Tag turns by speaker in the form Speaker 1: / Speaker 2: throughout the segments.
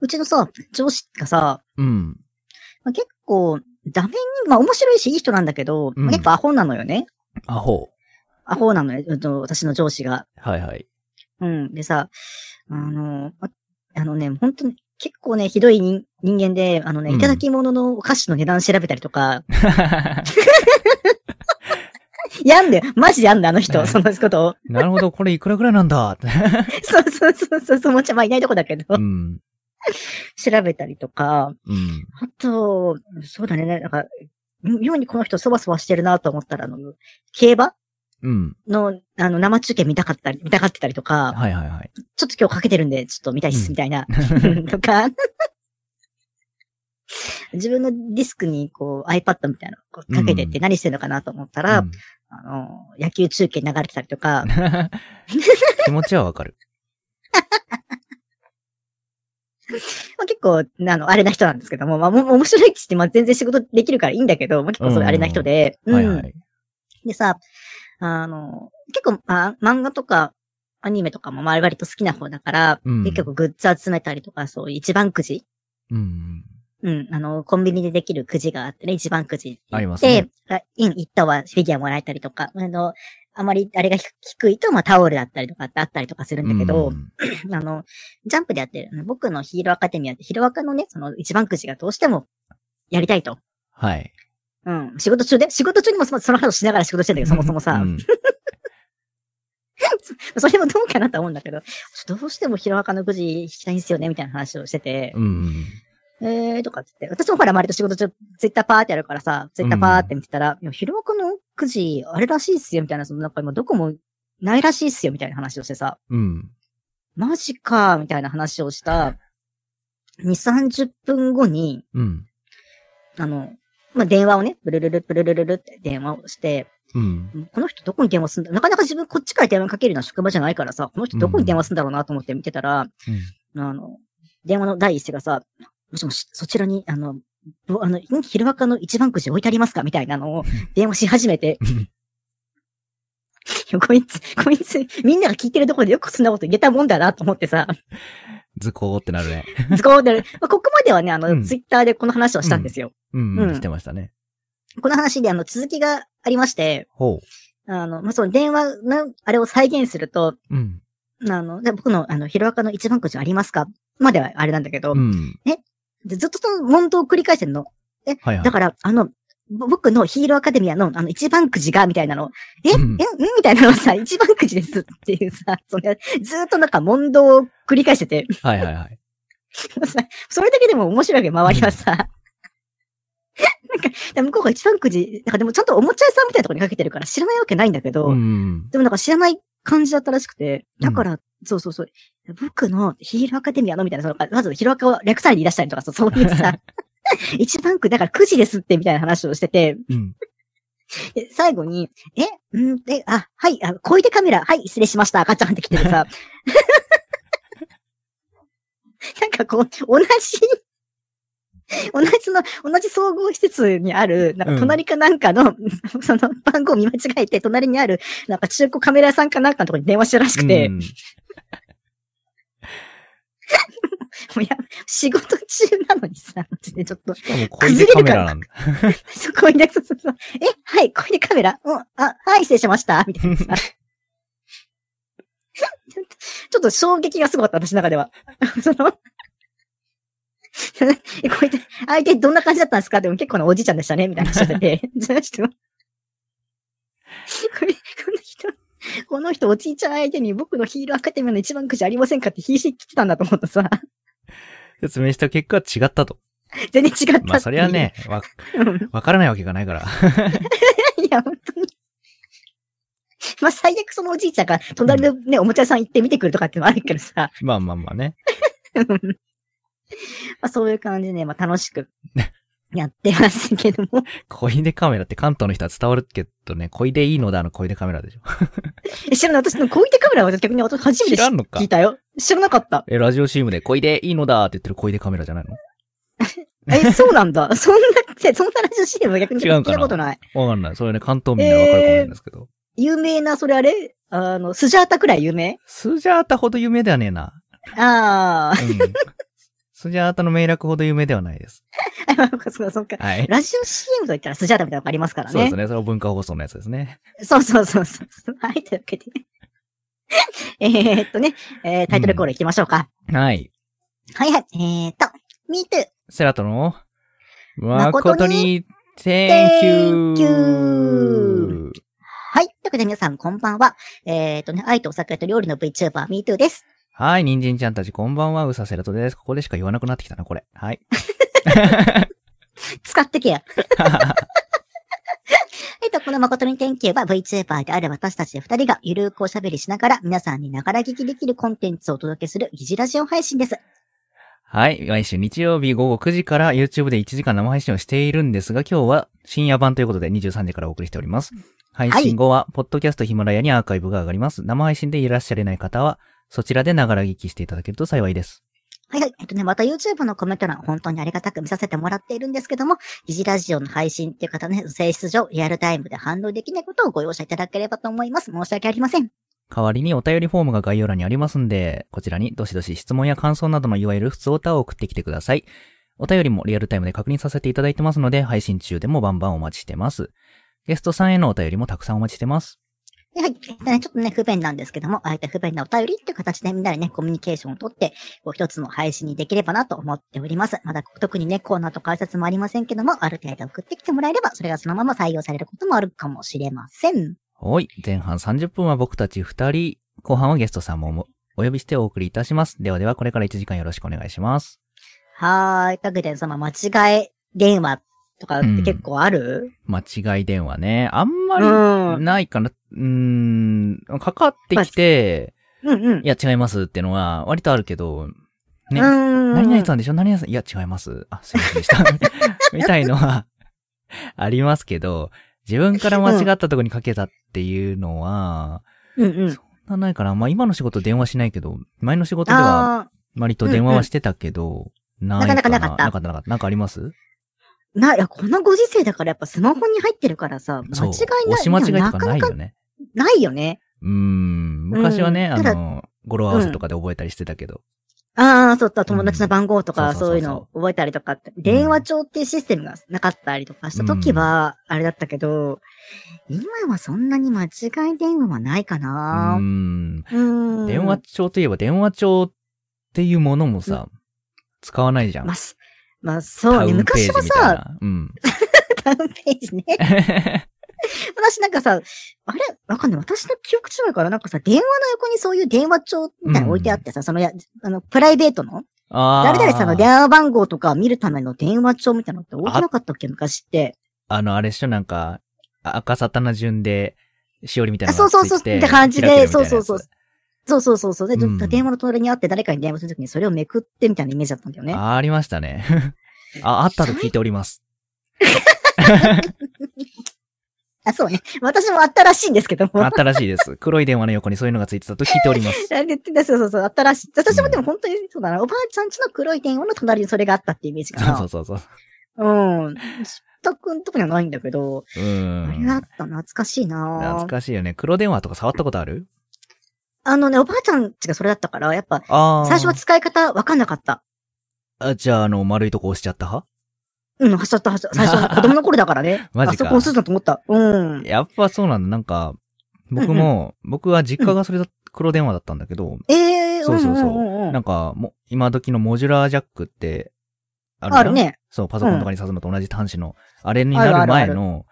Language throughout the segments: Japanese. Speaker 1: うちのさ、上司がさ、
Speaker 2: うん。
Speaker 1: まあ、結構、ダメに、まあ面白いしいい人なんだけど、
Speaker 2: うん
Speaker 1: まあ、結構アホなのよね。
Speaker 2: アホ。
Speaker 1: アホなのよ、うんと私の上司が。
Speaker 2: はいはい。
Speaker 1: うん。でさ、あの、ああのね、本当に、結構ね、ひどい人人間で、あのね、
Speaker 2: うん
Speaker 1: いただき物のお菓子の値段調べたりとか、 やんで、マジでやんだ、あの人、そのことを。
Speaker 2: なるほど、これいくらぐらいなんだ。
Speaker 1: そうそうそうそう、そうもちゃまあいないとこだけど、
Speaker 2: うん。
Speaker 1: 調べたりとか、
Speaker 2: うん。
Speaker 1: あと、そうだね、なんか、妙にこの人そばそばしてるなと思ったら、あの、競馬
Speaker 2: うん。
Speaker 1: の、あの、生中継見たかったり、見たがってたりとか、
Speaker 2: はいはいはい。
Speaker 1: ちょっと今日かけてるんで、ちょっと見たいっ
Speaker 2: う
Speaker 1: す、
Speaker 2: ん
Speaker 1: みたい な、とか、自分のディスクに、こう、iPad みたいなのこうかけてっ
Speaker 2: う
Speaker 1: て何してるのかなと思ったら、
Speaker 2: うん
Speaker 1: あの、野球中継流れてたりとか、
Speaker 2: 気持ちはわかる。
Speaker 1: まあ、結構、あの、あれな人なんですけども、まあ、も面白いし、まあ、全然仕事できるからいいんだけど、まあ、結構それあれな人で、うん
Speaker 2: はいはい。
Speaker 1: でさ、あの、結構、あ漫画とか、アニメとかも割割と好きな方だから、
Speaker 2: うん
Speaker 1: で結構グッズ集めたりとか、そう、一番くじ
Speaker 2: うん。
Speaker 1: うん、あの、コンビニでできるくじがあってね、一番くじって言って。
Speaker 2: ありますね
Speaker 1: あうん、行ったはフィギュアもらえたりとか、あの、あまりあれが低低いと、まあ、タオルだったりとかってあったりとかするんだけど、
Speaker 2: うん
Speaker 1: あの、ジャンプでやってる、あの僕のヒーローアカデミアって、ヒロアカのね、その一番くじがどうしてもやりたいと。
Speaker 2: はい。
Speaker 1: うん。仕事中で、仕事中にもそその話しながら仕事してんだけど、そもそもさ、
Speaker 2: うん
Speaker 1: それもどうかなと思うんだけど、どうしてもヒロアカのくじ引きたいんですよね、みたいな話をしてて、
Speaker 2: うん。
Speaker 1: えーとかって言って、私もほら周りと仕事中、ツイッターパーってやるからさ、ツイッターパーって見てたら、いやヒロアカのくじ、あれらしいっすよ、みたいな、そのなんか今どこもないらしいっすよ、みたいな話をしてさ、
Speaker 2: うん。
Speaker 1: マジか、みたいな話をした、2、30分後に、
Speaker 2: うん。
Speaker 1: あの、まあ、電話をね、ブルルルブルルルルって電話をして、
Speaker 2: うん。
Speaker 1: この人どこに電話すんだなかなか自分こっちから電話かけるような職場じゃないからさ、この人どこに電話すんだろうなと思って見てたら、あの、電話の第一声がさ、もしもし、そちらに、あの、ぼあの、ん昼間かの一番くじ置いてありますかみたいなのを電話し始めて、 いやこいつ、こいつ、みんなが聞いてるところでよくそんなこと言えたもんだなと思ってさ、
Speaker 2: 図工ってなるね。
Speaker 1: ズコーンってなるまあここまではね、あの、
Speaker 2: うん
Speaker 1: ツイッターでこの話をしたんですよ。
Speaker 2: うん。
Speaker 1: う
Speaker 2: うんん。してましたね。
Speaker 1: この話で、あの、続きがありまして、
Speaker 2: ほ
Speaker 1: あの、まあ、その電話の、あれを再現すると、
Speaker 2: う。うん。
Speaker 1: あの、で僕の、あの、ヒロアカの一番くじありますかまではあれなんだけど、
Speaker 2: うん。
Speaker 1: でずっとその問答を繰り返してんの。
Speaker 2: はいはい
Speaker 1: だ。から、あの、ぼ僕のヒーローアカデミアの、あの、一番くじが、みたいなの。え、え、
Speaker 2: うん
Speaker 1: んみたいなのさ、一番くじですっていうさ、そのずっとなんか問答を繰り返して て、
Speaker 2: はいはいはい。
Speaker 1: さそれだけでも面白いわけ、周りはさ。なんか、で向こうが一番くじ、なんかでもちゃんとおもちゃ屋さんみたいなところにかけてるから知らないわけないんだけど、
Speaker 2: うん。
Speaker 1: でもなんか知らない感じだったらしくて、
Speaker 2: うん
Speaker 1: だから、そうそうそう、僕のヒーローアカデミアのみたいな、そのまずヒーローアカを略されて言い出したりとかさ、そういう さ、一番く、だから9時ですってみたいな話をしてて、
Speaker 2: うん。
Speaker 1: で最後に、え、うんで、あ、はい、あ、小出カメラ、はい、失礼しました、ガチャンって来てて さ、なんかこう、同じ、同じその、同じ総合施設にある、なんか隣かなんかの、 その番号を見間違えて、隣にある、なんか中古カメラ屋さんかなんかのところに電話してるらしくて、
Speaker 2: うん
Speaker 1: もうや、仕事中なのにさ、マジでちょっと、
Speaker 2: しかも、これでカメラなんだ。
Speaker 1: そこにね、そうそうそうえ、はい、これでカメラ、うん、あ、はい、失礼しました、みたいなさ。ちょっとちょっと衝撃がすごかった、私の中では。 その、え、これで、相手どんな感じだったんですかでも結構なおじいちゃんで したね、みたいな話してて。じゃあ、ちょっと、これ、この人、この人、おじいちゃん相手に僕のヒーローアカデミアの一番くじありませんかって必死に来てたんだと思ったさ。
Speaker 2: 説明した結果違ったと。
Speaker 1: 全然違ったっていう
Speaker 2: まあ、それは。ね、わ、
Speaker 1: うん
Speaker 2: わからないわけがないから。
Speaker 1: いや、本当に。まあ、最悪そのおじいちゃんが、隣のね、おもちゃ屋さん行って見てくるとかってのもあるけどさ、
Speaker 2: まあまあまあね。
Speaker 1: まあ、そういう感じでね、まあ、楽しくやってますけども。
Speaker 2: 小出カメラって関東の人は伝わるけどね、小出いいのだの小出カメラでしょ。
Speaker 1: え知らない、私のこういったカメラは逆に私初めて知
Speaker 2: 知らんのか
Speaker 1: 聞いたよ。知らなかった。
Speaker 2: え、ラジオ CM で小出いいのだって言ってる小出カメラじゃない
Speaker 1: え、そうなんだ。 そんな、てそんなラジオ CM は逆に
Speaker 2: 違う
Speaker 1: 聞
Speaker 2: ん
Speaker 1: い
Speaker 2: かな
Speaker 1: たことない。
Speaker 2: のわかんない。それね、関東民ならわかるかもしれないですけど。
Speaker 1: 有名な、それあれあの、スジャータくらい有名
Speaker 2: スジャータほど有名ではねえな。
Speaker 1: ああ、
Speaker 2: うん。スジャータの名楽ほど有名ではないです。
Speaker 1: あ そうかそうか。
Speaker 2: はい。
Speaker 1: ラジオ CM と言ったらスジャータみたいなのがありますからね。
Speaker 2: そうですね。それは文化放送のやつですね。
Speaker 1: そうそうそうそうそう。はい、というわけで。 えーっとね、えータイトルコール行きましょうか。
Speaker 2: はい。
Speaker 1: はいはい。えーっと、Me Too!
Speaker 2: セラトの、誠
Speaker 1: 誠に
Speaker 2: に、Thank you!
Speaker 1: Thank you はい。というわけで皆さんこんばんは。えーっとね、愛とお酒と料理の VTuber Me Too です。
Speaker 2: はい、人参ちゃんたちこんばんは、うさセラトです。ここでしか言わなくなってきたな、これ。はい。
Speaker 1: 使ってけや。 えっと、この誠に天気は VTuber である私たち二人がゆるーくおしゃべりしながら皆さんにながら聞きできるコンテンツをお届けする疑似ラジオ配信です。
Speaker 2: はい。毎週日曜日午後9時から YouTube で1時間生配信をしているんですが、今日は深夜版ということで23時からお送りしております。配信後は、ポッドキャストヒマラヤにアーカイブが上がります。生配信でいらっしゃれない方は、そちらでながら聞きしていただけると幸いです。
Speaker 1: はいはい。えっとね、また YouTube のコメント欄、本当にありがたく見させてもらっているんですけども、疑似ラジオの配信っていう方ね、性質上、リアルタイムで反応できないことをご容赦いただければと思います。申し訳ありません。
Speaker 2: 代わりにお便りフォームが概要欄にありますんで、こちらにどしどし質問や感想などのいわゆる普通オタを送ってきてください。お便りもリアルタイムで確認させていただいてますので、配信中でもバンバンお待ちしてます。ゲストさんへのお便りもたくさんお待ちしてます。
Speaker 1: はいはい。えっとね、ちょっとね、不便なんですけども、あえて不便なお便りっていう形でみんなでね、コミュニケーションをとって、こう一つの配信にできればなと思っております。まだ特にね、コーナーと解説もありませんけども、ある程度送ってきてもらえれば、それがそのまま採用されることもあるかもしれません。
Speaker 2: はい。前半30分は僕たち2人、後半はゲストさんももお呼びしてお送りいたします。ではではこれから1時間よろしくお願いします。
Speaker 1: はーい。たぐで、その間違え電話とかって結構ある、
Speaker 2: 間違い電話ね。あん
Speaker 1: う
Speaker 2: ま
Speaker 1: ん、う
Speaker 2: り
Speaker 1: ん。
Speaker 2: ないかな。うーん。かかってきて、
Speaker 1: うんうん。
Speaker 2: いや違いますってのは割とあるけど、ね。
Speaker 1: うん。
Speaker 2: 何々さんでしょ何々さんいや違います。あ、すいませんで した。みたいのはありますけど、自分から間違ったとこにかけたっていうのは、
Speaker 1: うんうん。
Speaker 2: そんなないかな。まあ今の仕事電話しないけど、前の仕事では
Speaker 1: あ
Speaker 2: 割と電話はしてたけど、な
Speaker 1: な
Speaker 2: い
Speaker 1: かなかなかった
Speaker 2: なかったなかった。なんかあります
Speaker 1: ーな、いや、このご時世だからやっぱスマホに入ってるからさ、間違いない。
Speaker 2: 押し間違いとかない
Speaker 1: か
Speaker 2: よ
Speaker 1: なか
Speaker 2: ね。
Speaker 1: ないよね。
Speaker 2: うーん。昔はね、
Speaker 1: うん
Speaker 2: あ
Speaker 1: ただ
Speaker 2: の、語呂合わせとかで覚えたりしてたけど。
Speaker 1: ああ、そうだ、友達の番号と
Speaker 2: う
Speaker 1: か、
Speaker 2: ん
Speaker 1: そういうの覚えたりとかって、電話帳っていうシステムがなかったりとかした時は、あれだったけど、今はそんなに間違い電話はないか
Speaker 2: う
Speaker 1: な
Speaker 2: ー。ん。
Speaker 1: うん。
Speaker 2: 電話帳といえば電話帳っていうものもさ、使わないじゃん。
Speaker 1: まあ、すまあ、
Speaker 2: タ
Speaker 1: そう
Speaker 2: ウ
Speaker 1: ね。
Speaker 2: ンペー
Speaker 1: 昔
Speaker 2: ジ
Speaker 1: は
Speaker 2: みたい
Speaker 1: さ、
Speaker 2: な。うん。
Speaker 1: タウンページね。私なんかさ、あれわかんない。私の記憶違いから、なんかさ、電話の横にそういう電話帳みたいなの置いてあってさ、そのや、あの、プライベートの
Speaker 2: あ
Speaker 1: 誰々さんの電
Speaker 2: あ。
Speaker 1: 話番号とか見るための電話帳みたいなのって置いてなかったっけ昔って。
Speaker 2: あの、あれっしょ、なんか、あ赤さたな順で、しおりみたいな
Speaker 1: あそうそうそう
Speaker 2: み。
Speaker 1: って感じでそうそうそうそうそうそうそう。で、
Speaker 2: うん
Speaker 1: 電話の隣にあって誰かに電話するときにそれをめくってみたいなイメージだったんだよね。
Speaker 2: あありましたね。 あ、あったと聞いております。
Speaker 1: あ、そうね。私もあったらしいんですけども。
Speaker 2: あったらしい です。黒い電話の横にそういうのがついてたと聞いております。
Speaker 1: あででそうそうそう、あったらしい。私もでも
Speaker 2: うん
Speaker 1: 本当にそうだな。おばあちゃんちの黒い電話の隣にそれがあったってイメージかな。
Speaker 2: そうそうそうそう
Speaker 1: うん。たくんとこにはないんだけど、。
Speaker 2: う
Speaker 1: あれだ
Speaker 2: ー
Speaker 1: っ
Speaker 2: ん。
Speaker 1: た懐かしいな
Speaker 2: 懐かしいよね。黒電話とか触ったことある
Speaker 1: あのね、おばあちゃんちがそれだったから、やっぱ、
Speaker 2: ああ。
Speaker 1: 最初は使い方わかんなかった。
Speaker 2: あ。じゃあ、あの、丸いとこ押しちゃった派。
Speaker 1: うん、走った走った。最初、子供の頃だからね
Speaker 2: マジか
Speaker 1: あそこ押すんだと思った。うん。
Speaker 2: やっぱそうなんだ。なんか、僕も、僕は実家がそれだ、黒電話だったんだけど、
Speaker 1: ええー、
Speaker 2: そうそうそうん
Speaker 1: んんん
Speaker 2: なんか、もう、今時のモジュラージャックって、あるじゃん
Speaker 1: ある。ね。
Speaker 2: そう、パソコンとかに挿すのと同じ端子の、あれに
Speaker 1: ある
Speaker 2: な
Speaker 1: あ
Speaker 2: る
Speaker 1: るあ
Speaker 2: 前
Speaker 1: る
Speaker 2: の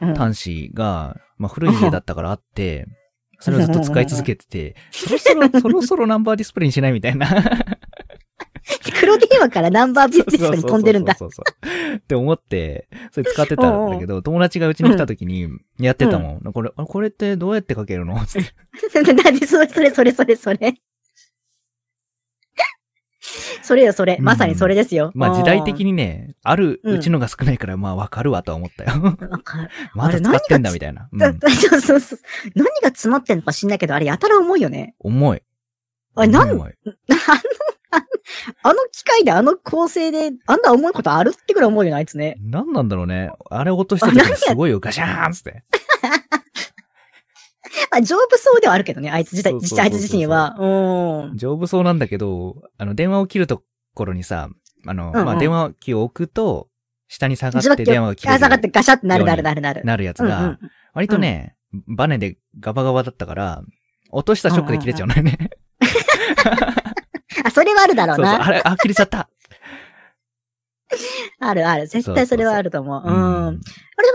Speaker 1: うん
Speaker 2: 端子が、まあ古い家だったから あって、それをずっと使い続けてて、そろそろ、そろそろナンバーディスプレイにしないみ たいな。
Speaker 1: 黒電話からナンバービッティスクに飛んでるんだ。
Speaker 2: そうそうそうそうそうって思って、それ使ってたんだけど、友達がうちに来た時にやってたもん。これ、あこれってどうやってかけるのつって
Speaker 1: 何それそれそれそれそれ。 それよ、それ。まさにそれですよ。
Speaker 2: まあ時代的
Speaker 1: に。
Speaker 2: にね、ある
Speaker 1: うん
Speaker 2: うちのが少ないから、まあわかるわとは思っ たよ。
Speaker 1: わかる。
Speaker 2: まだ使ってんだみたいな。う
Speaker 1: だ
Speaker 2: ん。
Speaker 1: そうそうそう。何が詰まってんのか知んないけど、あれやたら重いよね。
Speaker 2: 重い。
Speaker 1: あれ、なん、あの
Speaker 2: 重い、
Speaker 1: あの機械で、あの構成で、あんな重いことあるってくらい重いよね、あいつね。
Speaker 2: なんなんだろうね。あれ落とした時にすごいよ、ガシャーンっつって。
Speaker 1: まあ、丈夫そうではあるけどね、あいつ自体、
Speaker 2: そうそう
Speaker 1: 自
Speaker 2: そうそう
Speaker 1: 体、あいつ自身は。うん。
Speaker 2: 丈夫そうなんだけど、あの、電話を切ると頃にさ、あの、
Speaker 1: んうん
Speaker 2: まあ、電話機を置くと、下に下がっ
Speaker 1: 自爆
Speaker 2: て
Speaker 1: 機を
Speaker 2: 電話が切れ
Speaker 1: あ、
Speaker 2: る。
Speaker 1: 下がってガシャってなるなるなるなる。
Speaker 2: なるやつ
Speaker 1: うんう
Speaker 2: が、
Speaker 1: ん。
Speaker 2: 割とね、バネでガバガバだったから、落としたショックで切れちゃうのよね。
Speaker 1: あ、それはあるだ
Speaker 2: そ
Speaker 1: ろ
Speaker 2: う
Speaker 1: う
Speaker 2: そう、
Speaker 1: な。
Speaker 2: あれ、あ、切れちゃった。
Speaker 1: あるある。絶対それはあると 思う。うん。あれ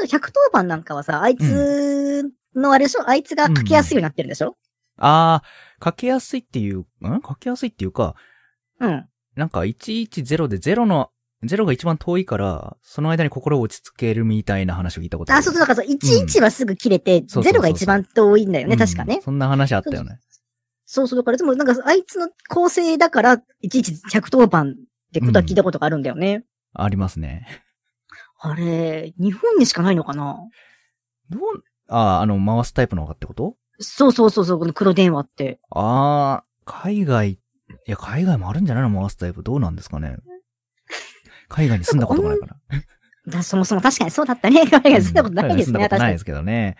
Speaker 1: でも110番なんかはさ、あいつのあれでしょあいつがかけやすいようになってるんでしょ
Speaker 2: あー、かけやすいっていう、んかけやすいっていうか、
Speaker 1: うん。
Speaker 2: なんか110で0の、0が一番遠いから、その間に心を落ち着けるみたいな話を聞いたことある。
Speaker 1: あ、そうそう、だからそう、11はすぐ切れて、
Speaker 2: そうそうそ
Speaker 1: 0
Speaker 2: う
Speaker 1: が一番遠いんだよね、確か
Speaker 2: うん
Speaker 1: ね。
Speaker 2: そんな話あったよね。
Speaker 1: そうそう、だから、でもなんか、あいつの構成だから、1110番ってことは聞いたことがあるんだよね。
Speaker 2: ありますね。
Speaker 1: あれ、日本にしかないのかな
Speaker 2: どう、あー、あの、回すタイプの方ってこと
Speaker 1: そうそうそう、そうこの黒電話って。
Speaker 2: あー、海外、いや、海外もあるんじゃないの回すタイプ。どうなんですかね。海外に住んだことがないから。
Speaker 1: だそもそも確かにそうだったね。 彼が住んだことないですね、
Speaker 2: うん海外に住んだこと
Speaker 1: 確
Speaker 2: な
Speaker 1: か
Speaker 2: い
Speaker 1: に
Speaker 2: で。すけどね。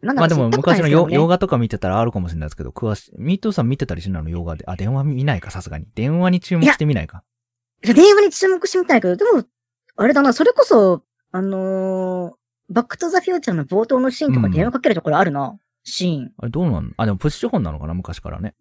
Speaker 1: なんだ
Speaker 2: ま
Speaker 1: ろ
Speaker 2: あ
Speaker 1: う知
Speaker 2: でも
Speaker 1: ったこと
Speaker 2: 昔
Speaker 1: ない
Speaker 2: の
Speaker 1: ですけど
Speaker 2: 洋
Speaker 1: ね
Speaker 2: 洋画とか見てたらあるかもしれないですけど、詳しい。ミートさん見てたりしないの洋画で。あ、電話見ないか、さすがに。電話に注目してみないか。
Speaker 1: 電話に注目してみたいけど、でも、あれだな、それこそ、あのーバックトゥザフューチャーの冒頭のシーンとか
Speaker 2: うん
Speaker 1: 電話かけるところあるな、シーン。
Speaker 2: あれどうなんあ、でもプッシュ本なのかな昔からね。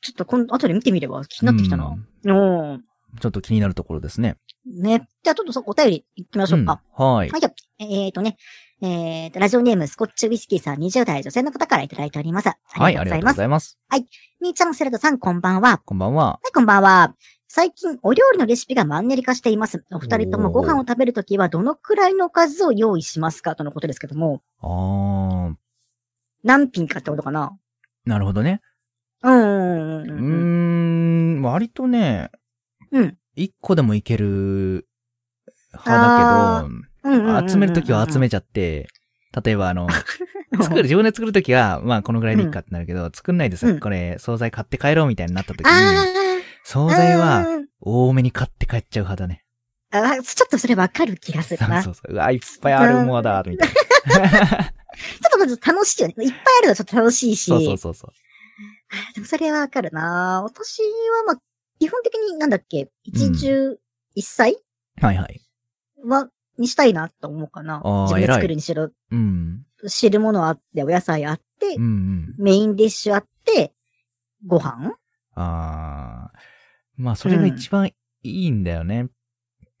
Speaker 1: ちょっと今度、後で見てみれば気になってきたな。
Speaker 2: うん
Speaker 1: うん。
Speaker 2: ちょっと気になるところですね。
Speaker 1: ね。じゃあちょっとそお便り行ってみましょうか。
Speaker 2: うんはい。
Speaker 1: はい、じゃあえっ、ー、とね、えーと、ラジオネーム、スコッチウイスキーさん、20代女性の方からいただいております。あ
Speaker 2: は
Speaker 1: り
Speaker 2: い、
Speaker 1: が
Speaker 2: あ
Speaker 1: と
Speaker 2: り
Speaker 1: うご
Speaker 2: が
Speaker 1: ざ
Speaker 2: と
Speaker 1: いう
Speaker 2: ご
Speaker 1: ます。
Speaker 2: ざいます。
Speaker 1: みーちゃん、セラドさん、こんばんは。は
Speaker 2: こんばんは。
Speaker 1: い、こんばんは。最近、お料理のレシピがマンネリ化しています。お二人ともご飯を食べるときは、どのくらいのおかずを用意しますかとのことですけども、
Speaker 2: あー、
Speaker 1: 何品かってことかな
Speaker 2: なるほどね。
Speaker 1: うー
Speaker 2: うー
Speaker 1: ん。
Speaker 2: ん、割とね、
Speaker 1: うん。
Speaker 2: 一個でもいける派だけど、集めるときは集
Speaker 1: め、
Speaker 2: めちゃって、例えば あの、作る、自分で作るときは、まあこのぐらいでいいかってなるけど、作んないでさ、
Speaker 1: うん
Speaker 2: これ、惣菜買って帰ろうみたいになったとき
Speaker 1: あ
Speaker 2: に、惣
Speaker 1: ー
Speaker 2: 菜は
Speaker 1: うん
Speaker 2: 多めに買って帰っちゃう派だね。
Speaker 1: あ、ちょっとそれわかる気がす
Speaker 2: そう
Speaker 1: るな。ち
Speaker 2: そ
Speaker 1: ょ
Speaker 2: うそう。うわ、いっぱいあるもんだ、みたいな。
Speaker 1: っとまず楽しいよね。いっぱいあるのはちょっと楽しいし。
Speaker 2: そうそうそうそう。
Speaker 1: あでもそれはわかるな私はまあ、基本的になんだっけ、一汁一菜
Speaker 2: はいはい。
Speaker 1: は、にしたいなと思うかな。
Speaker 2: あー
Speaker 1: 自分で
Speaker 2: 偉
Speaker 1: 作
Speaker 2: い
Speaker 1: るにしろ、
Speaker 2: うん。
Speaker 1: 汁物あって、お野菜あって、
Speaker 2: うんうん。
Speaker 1: メインディッシュあって、ご飯
Speaker 2: あー。まあそれが一番いいんだよね。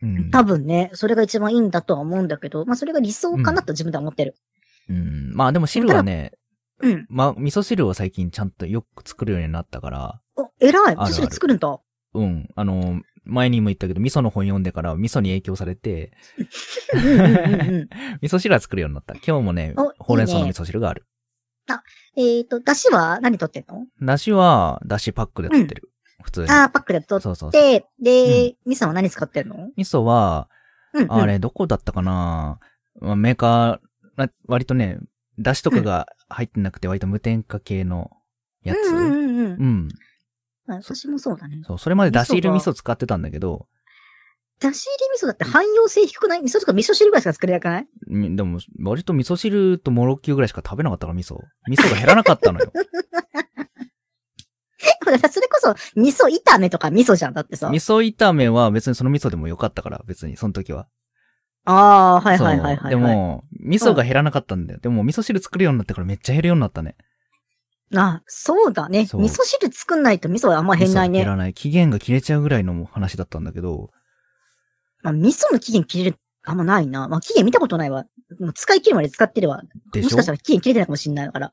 Speaker 2: うん。
Speaker 1: 多分ね、それが一番いいんだとは思うんだけど、まあそれが理想かなと自分では思ってる。
Speaker 2: うん。まあでも汁はね、
Speaker 1: うん。
Speaker 2: まあ味噌汁は最近ちゃんとよく作るようになったから、
Speaker 1: お、偉い
Speaker 2: ある
Speaker 1: 味噌汁作るん だ。
Speaker 2: うん。あの、前にも言ったけど、味噌の本読んでから味噌に影響されて、
Speaker 1: うんうんうんうん。
Speaker 2: 味噌汁は作るようになった。今日もね
Speaker 1: お、
Speaker 2: ほうれん
Speaker 1: い
Speaker 2: 草の
Speaker 1: いね
Speaker 2: 味噌汁がある。
Speaker 1: えっと、出汁は何取ってんの
Speaker 2: だしは、だしパックで取ってる。普通に。
Speaker 1: あー、パックで取っ
Speaker 2: そうそうそう。
Speaker 1: て、で、ミサは何使ってんの
Speaker 2: 味噌は、
Speaker 1: うんうん。
Speaker 2: あれ、どこだったかな、まあメーカー、な割とね、だしとかが入ってなくて、割と無添加系のやつ。
Speaker 1: う
Speaker 2: うん
Speaker 1: うんんうんうん。あ私もそうだね。
Speaker 2: そう、それまでだし入り
Speaker 1: 味噌が
Speaker 2: 味噌使ってたんだけど、
Speaker 1: だし入り味噌だって汎用性低くない味噌とか味噌汁ぐらいしか作れなくない
Speaker 2: みでも、割と味噌汁ともろっきゅうぐらいしか食べなかったから、味噌。味噌が減らなかっ たのよ。
Speaker 1: ほらそれこそ味噌炒めとか味噌じゃん。だってさ。
Speaker 2: 味噌炒めは別にその味噌でもよかったから、別に、その時は。
Speaker 1: ああー、はいはいはいはい、はい。
Speaker 2: そうで、も、味噌が減らなかったんだよ。でも、味噌汁作るようになってからめっちゃ減るようになったね。
Speaker 1: あそうだね。味
Speaker 2: そう
Speaker 1: 噌汁作んないと味噌はあんま減んない
Speaker 2: 味噌減
Speaker 1: ね。
Speaker 2: らない。期限が切れちゃうぐらいの話だったんだけど、
Speaker 1: まあ、味噌の期限切れる、あんまないな。まあ、期限見たことないわ。もう使い切るまで使ってるわ。
Speaker 2: で
Speaker 1: も
Speaker 2: し
Speaker 1: し
Speaker 2: ょ
Speaker 1: かしたら期限切れてないかもしんないから。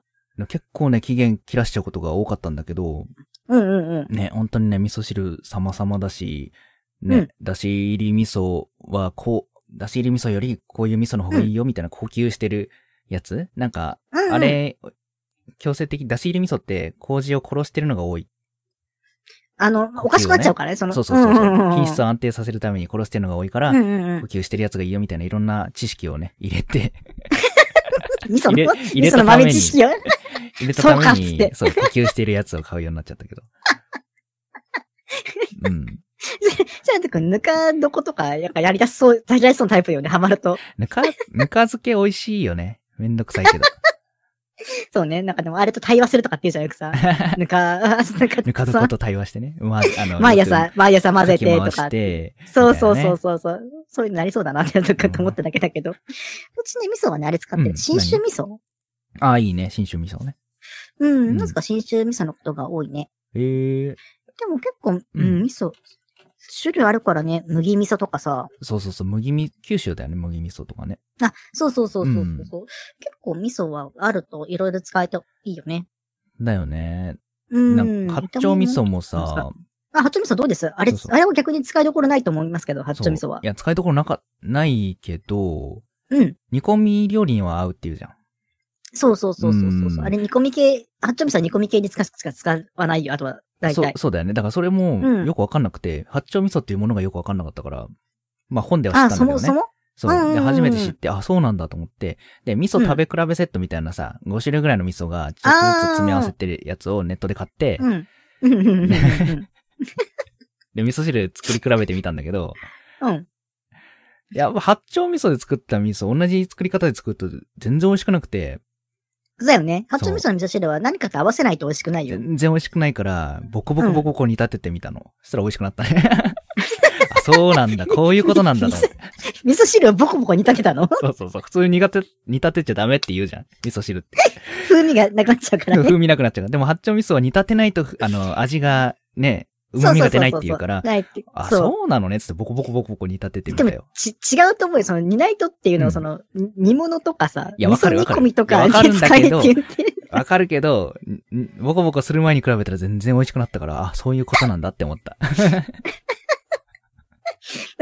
Speaker 2: 結構ね、期限切らしちゃうことが多かったんだけど、
Speaker 1: うんうんうん。
Speaker 2: ね、本当にね、味噌汁様々だし、ね、
Speaker 1: うん
Speaker 2: だし入り味噌はこう、だし入り味噌よりこういう味噌の方がいいよみたいな呼吸してるやつ、なんか、
Speaker 1: うんうん
Speaker 2: あれ、強制的、だし入り味噌って麹を殺してるのが多い。
Speaker 1: あの、おかしくなっちゃうからね、その。
Speaker 2: そうそうそうそう。品質
Speaker 1: は。
Speaker 2: を安定させるために殺してるのが多いから、
Speaker 1: うんうんうん
Speaker 2: 呼。吸してるやつがいいよみたいないろんな知識をね、入 れて、
Speaker 1: 味噌
Speaker 2: 入れ
Speaker 1: の、
Speaker 2: 入
Speaker 1: 味
Speaker 2: れ
Speaker 1: 噌
Speaker 2: た
Speaker 1: の
Speaker 2: ため
Speaker 1: 豆
Speaker 2: に
Speaker 1: 知識 よ。
Speaker 2: 入れたため
Speaker 1: そうかっ
Speaker 2: に、そう、呼吸してるやつを買うようになっちゃった けど。うん。
Speaker 1: じゃあ、くん、ぬか床とか、なんかやりだしそう、やりだしそうなタイプよね、ハマると。
Speaker 2: ぬか、ぬか漬け美味しいよね。めんどくさいけど。
Speaker 1: そうね。なんかでも、あれと対話するとかっていうじゃなく さ。ぬか、 なんか、
Speaker 2: ぬか床と対話してね。まあ、あの、
Speaker 1: 毎朝、毎朝混ぜて
Speaker 2: か
Speaker 1: と
Speaker 2: き回
Speaker 1: か
Speaker 2: し。て、
Speaker 1: そうそうそ
Speaker 2: み
Speaker 1: うそうそう。そういうのなりそうだなって、なんかと思っただけだけど。うちね、味噌はね、あれ使って
Speaker 2: うん
Speaker 1: る。新酒味噌
Speaker 2: ああ、いいね。新種味噌ね。
Speaker 1: う
Speaker 2: うん
Speaker 1: ん。なぜか新酒味噌のことが多いね。
Speaker 2: ええ
Speaker 1: でも結構、う
Speaker 2: うん
Speaker 1: ん、味噌。種類あるからね、麦味噌とかさ。
Speaker 2: そうそうそう。麦み、九州だよね。麦味噌とかね。
Speaker 1: あ、そうそうそうそうそうそう、結構味噌はあるといろいろ使えていいよね。
Speaker 2: だよね。
Speaker 1: うん。
Speaker 2: なんか、八丁味噌もさ、
Speaker 1: あ、八丁味噌どうですあれ
Speaker 2: そうそう
Speaker 1: あれは逆に使いどころないと思いますけど、八
Speaker 2: そう。
Speaker 1: 丁味噌はい
Speaker 2: や、使いどころなか、ないけど、
Speaker 1: うん。
Speaker 2: 煮込み料理には合うっていうじゃん。
Speaker 1: そうそうそうそうそう
Speaker 2: う
Speaker 1: そ
Speaker 2: ん
Speaker 1: う。あれ煮込み系、八丁味噌は煮込み系に使うしか使わないよ、あとは大
Speaker 2: そう
Speaker 1: 体、。
Speaker 2: そうだよね。だからそれも、
Speaker 1: うん
Speaker 2: よくわかんなくて、八丁味噌っていうものがよくわかんなかったから、まあ本では知
Speaker 1: あ、
Speaker 2: ったん
Speaker 1: そ
Speaker 2: だけど
Speaker 1: も
Speaker 2: ね。
Speaker 1: そも
Speaker 2: そう
Speaker 1: うんうんう。ん
Speaker 2: で、初めて知って、あ、そうなんだと思って、で、味噌食べ比べセットみたいなさ、5種類ぐらいの味噌が、ちょっとずつ詰め合わせてるやつをネットで買って、
Speaker 1: うん。うんうんうんうんうん
Speaker 2: で、味噌汁作り比べてみたんだけど、
Speaker 1: うん。
Speaker 2: いや、八丁味噌で作った味噌、同じ作り方で作ると全然美味しくなくて、
Speaker 1: そうだよね。八丁味噌の味噌汁は何かと合わせないと美味しくないよ。
Speaker 2: 全然美味しくないから、ボコボコボコボコ煮立ててみたの。そしたら美味しくなったね。 あそうなんだ、こういうことなんだと思って。
Speaker 1: 味噌汁をボコボコ煮立てた の
Speaker 2: そうそうそう。普通に苦手、煮立てちゃダメって言うじゃん。味噌汁って。
Speaker 1: 風味がなくなっちゃうからね。
Speaker 2: 風味なくなっちゃうから。でも八丁味噌は煮立てないと、あの、味がね、
Speaker 1: そ
Speaker 2: 旨
Speaker 1: う
Speaker 2: 味
Speaker 1: そ
Speaker 2: が
Speaker 1: う
Speaker 2: 出
Speaker 1: そう
Speaker 2: ないっ
Speaker 1: そう
Speaker 2: て言うから、
Speaker 1: ないって。
Speaker 2: あ、
Speaker 1: そう。
Speaker 2: そうなのねっつってボコボコボコボコ煮立ててみ
Speaker 1: で
Speaker 2: た
Speaker 1: も
Speaker 2: よ。
Speaker 1: ち、違うと思うよ。その、煮ないとっていうの
Speaker 2: うん
Speaker 1: は、その、に煮物とかさ、
Speaker 2: いや
Speaker 1: 味
Speaker 2: わか
Speaker 1: 噌
Speaker 2: る
Speaker 1: 煮
Speaker 2: わかる
Speaker 1: 込みと
Speaker 2: いや
Speaker 1: か
Speaker 2: わか
Speaker 1: で
Speaker 2: るんだ
Speaker 1: 使
Speaker 2: け
Speaker 1: えっ
Speaker 2: ど
Speaker 1: て言って。
Speaker 2: わかるけど、んんボコボコする前に比べたら全然美味しくなったから、あ、そういうことなんだって思った。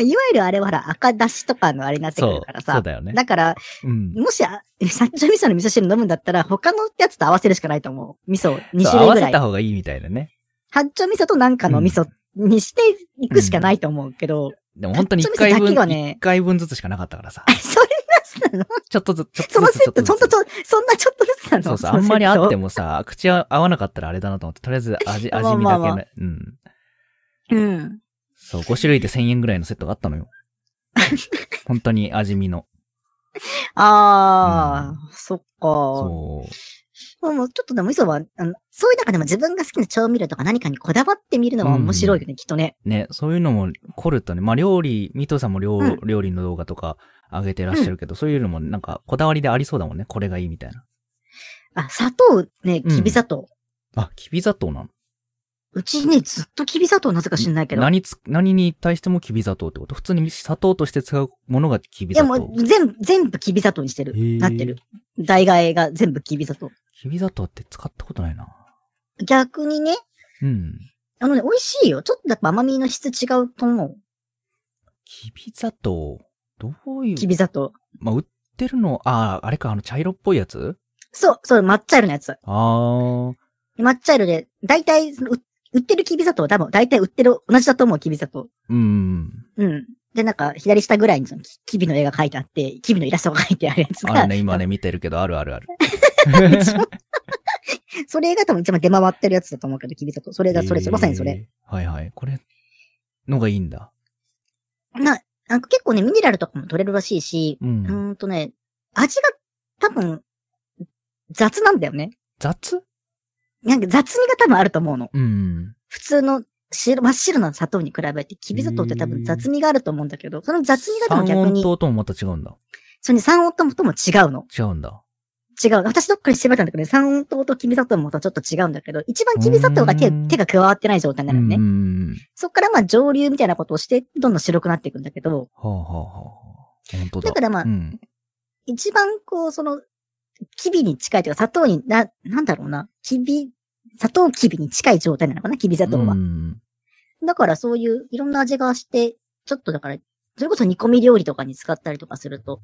Speaker 1: いわゆるあれはほら、赤だしとかのあれになってく
Speaker 2: そう
Speaker 1: るから、
Speaker 2: そう
Speaker 1: さ。
Speaker 2: だよね。
Speaker 1: だから、
Speaker 2: うん。
Speaker 1: もし、あ三丁味噌の味噌汁飲むんだったら、他のやつと合わせるしかないと思う。味噌2
Speaker 2: そう
Speaker 1: 種
Speaker 2: 合
Speaker 1: 類
Speaker 2: わ
Speaker 1: ぐ
Speaker 2: せ
Speaker 1: らい
Speaker 2: た。方がいいみたいだね。
Speaker 1: 八丁味噌となんかの味噌にしていくしかないと思うけど、
Speaker 2: でも本当に
Speaker 1: 八
Speaker 2: 一
Speaker 1: 丁味噌
Speaker 2: 回分、
Speaker 1: だけ
Speaker 2: 一、
Speaker 1: はね
Speaker 2: 回分ずつしかなかったからさ。
Speaker 1: それなしなの
Speaker 2: ちょっとずつ、ちょっ
Speaker 1: その
Speaker 2: とずつ。
Speaker 1: セット、
Speaker 2: ち
Speaker 1: ち
Speaker 2: ょ
Speaker 1: ょ
Speaker 2: っ
Speaker 1: ん
Speaker 2: と
Speaker 1: と
Speaker 2: ずつ
Speaker 1: ちょ、そんなちょっとずつなの
Speaker 2: そうそう、あんまりあって
Speaker 1: も。
Speaker 2: もさ、口は合わなかったらあれだなと思って、とりあえず味、味 見だけ
Speaker 1: まあまあま
Speaker 2: な、うん。
Speaker 1: うん。
Speaker 2: そう、5種類で1000円ぐらいのセットがあった のよ。本当に味見の。
Speaker 1: ああ、そっか。
Speaker 2: そう。
Speaker 1: もうちょっとでも味噌は、あのそういう中でも自分が好きな調味料とか何かにこだわってみるのは面白いよね、きっとね。
Speaker 2: ね、そういうのも凝るとね、まあ料理、ミトさんも料,、
Speaker 1: うん
Speaker 2: 料理の動画とか上げてらっしゃるけど、そういうのもなんかこだわりでありそうだもんね、これがいいみたいな。
Speaker 1: あ、砂糖ね、
Speaker 2: うん
Speaker 1: きび砂糖。
Speaker 2: あ、きび砂糖なの
Speaker 1: うちね、ずっときび砂糖なぜか知んないけど。
Speaker 2: 何つ、何に対してもきび砂糖ってこと普通に砂糖として使うものがきび
Speaker 1: いや
Speaker 2: 砂
Speaker 1: も
Speaker 2: 糖。
Speaker 1: う全部、全部きび砂糖にして
Speaker 2: へー
Speaker 1: る。なってる。大替が全部きび砂糖。
Speaker 2: きび砂糖って使ったことないな。
Speaker 1: 逆にね、
Speaker 2: うん。
Speaker 1: あのね、美味しいよ。ちょっとやっぱ甘みの質違うと思
Speaker 2: きび砂糖どういう
Speaker 1: う。きび砂糖。
Speaker 2: まあ、売ってるの、ああ、あれか、あの茶色っぽいやつ
Speaker 1: そう、そう、抹茶色のやつ。
Speaker 2: ああ、
Speaker 1: 抹茶色で、大体、う売ってるきび砂糖、多分、大体売ってる、同じだと思う、きび砂糖。
Speaker 2: うん。
Speaker 1: うん。で、なんか、左下ぐらいにその、ききびの絵が描いてあって、きびのイラストが描いてあるやつ
Speaker 2: あ
Speaker 1: が、
Speaker 2: るね、今ね、見てるけど、あるあるある。
Speaker 1: それが多分一番出回ってるやつだと思うけど、きび砂糖。それだ、それ、それまさにそれ。
Speaker 2: えー。はいはい。これ、のがいいんだ。
Speaker 1: な、なんか結構ね、ミネラルとかも取れるらしいし、
Speaker 2: う。
Speaker 1: うんーんとね、味が多分、雑なんだよね。
Speaker 2: 雑
Speaker 1: なんか雑味が多分あると思うの。
Speaker 2: うん。
Speaker 1: 普通の白、真っ白な砂糖に比べて、きび砂糖って多分雑味があると思うんだけど、その雑味が多分
Speaker 2: 三
Speaker 1: 逆
Speaker 2: 温
Speaker 1: に、
Speaker 2: 糖ともまた違うんだ。
Speaker 1: それに三音ともとも違うの。
Speaker 2: 違うんだ。
Speaker 1: 違う。私どっかで調べたんだけどね、三音糖ときび砂糖もまたちょっと違うんだけど、一番きび砂糖だけ
Speaker 2: うん
Speaker 1: 手が加わってない状態なのよね。
Speaker 2: うん。
Speaker 1: そっからまあ上流みたいなことをして、どんどん白くなっていくんだけど、
Speaker 2: はあはあはあはあ。本当だ。
Speaker 1: だからまあ、
Speaker 2: うん。
Speaker 1: 一番こう、その、きびに近いというか、砂糖にな、なんだろうな、きび、砂糖きびに近い状態なのかな、きび砂糖は。
Speaker 2: うん
Speaker 1: だからそういういろんな味がして、ちょっとだから、それこそ煮込み料理とかに使ったりとかすると、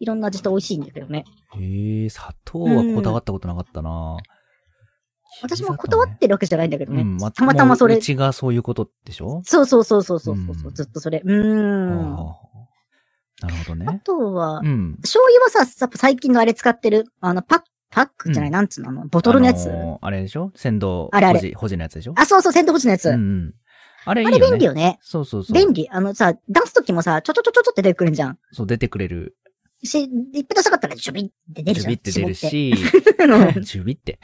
Speaker 1: いろんな味して美味しいんだけどね。
Speaker 2: へえ、砂糖はこだわったことなかったな、
Speaker 1: 私も断ってるわけじゃないんだけどね。
Speaker 2: うん
Speaker 1: たまたまそれ
Speaker 2: う。ちがそういうことでしょ
Speaker 1: そうそうそうそうそうそうそう、
Speaker 2: うん
Speaker 1: ずっとそれ。うー
Speaker 2: はあ
Speaker 1: ん。あ
Speaker 2: はあなるほどね。
Speaker 1: とは
Speaker 2: う、ん。
Speaker 1: 醤油はさ、やっぱ最近のあれ使ってる、あの、パック、パックじゃない、
Speaker 2: うん
Speaker 1: なんつうの、あのボトルのやつ。あ,、
Speaker 2: あのーあれでしょ鮮度
Speaker 1: あれあれ
Speaker 2: 保持、保持のやつでしょ
Speaker 1: そうそう、セントホチのやつ。
Speaker 2: うんうん。あれいい
Speaker 1: あ
Speaker 2: よ
Speaker 1: れ
Speaker 2: ね。
Speaker 1: 便利よね。
Speaker 2: そうそうそう。
Speaker 1: 便利。あのさ、出すときもさ、ちょちょちょちょちょって出てくるんじゃん。
Speaker 2: そう、出てくれる。
Speaker 1: し、一発下がったらジュビって出る
Speaker 2: ジ
Speaker 1: じゃん。
Speaker 2: ュビって出る
Speaker 1: 絞っ
Speaker 2: し、
Speaker 1: て。うん
Speaker 2: ジュビって。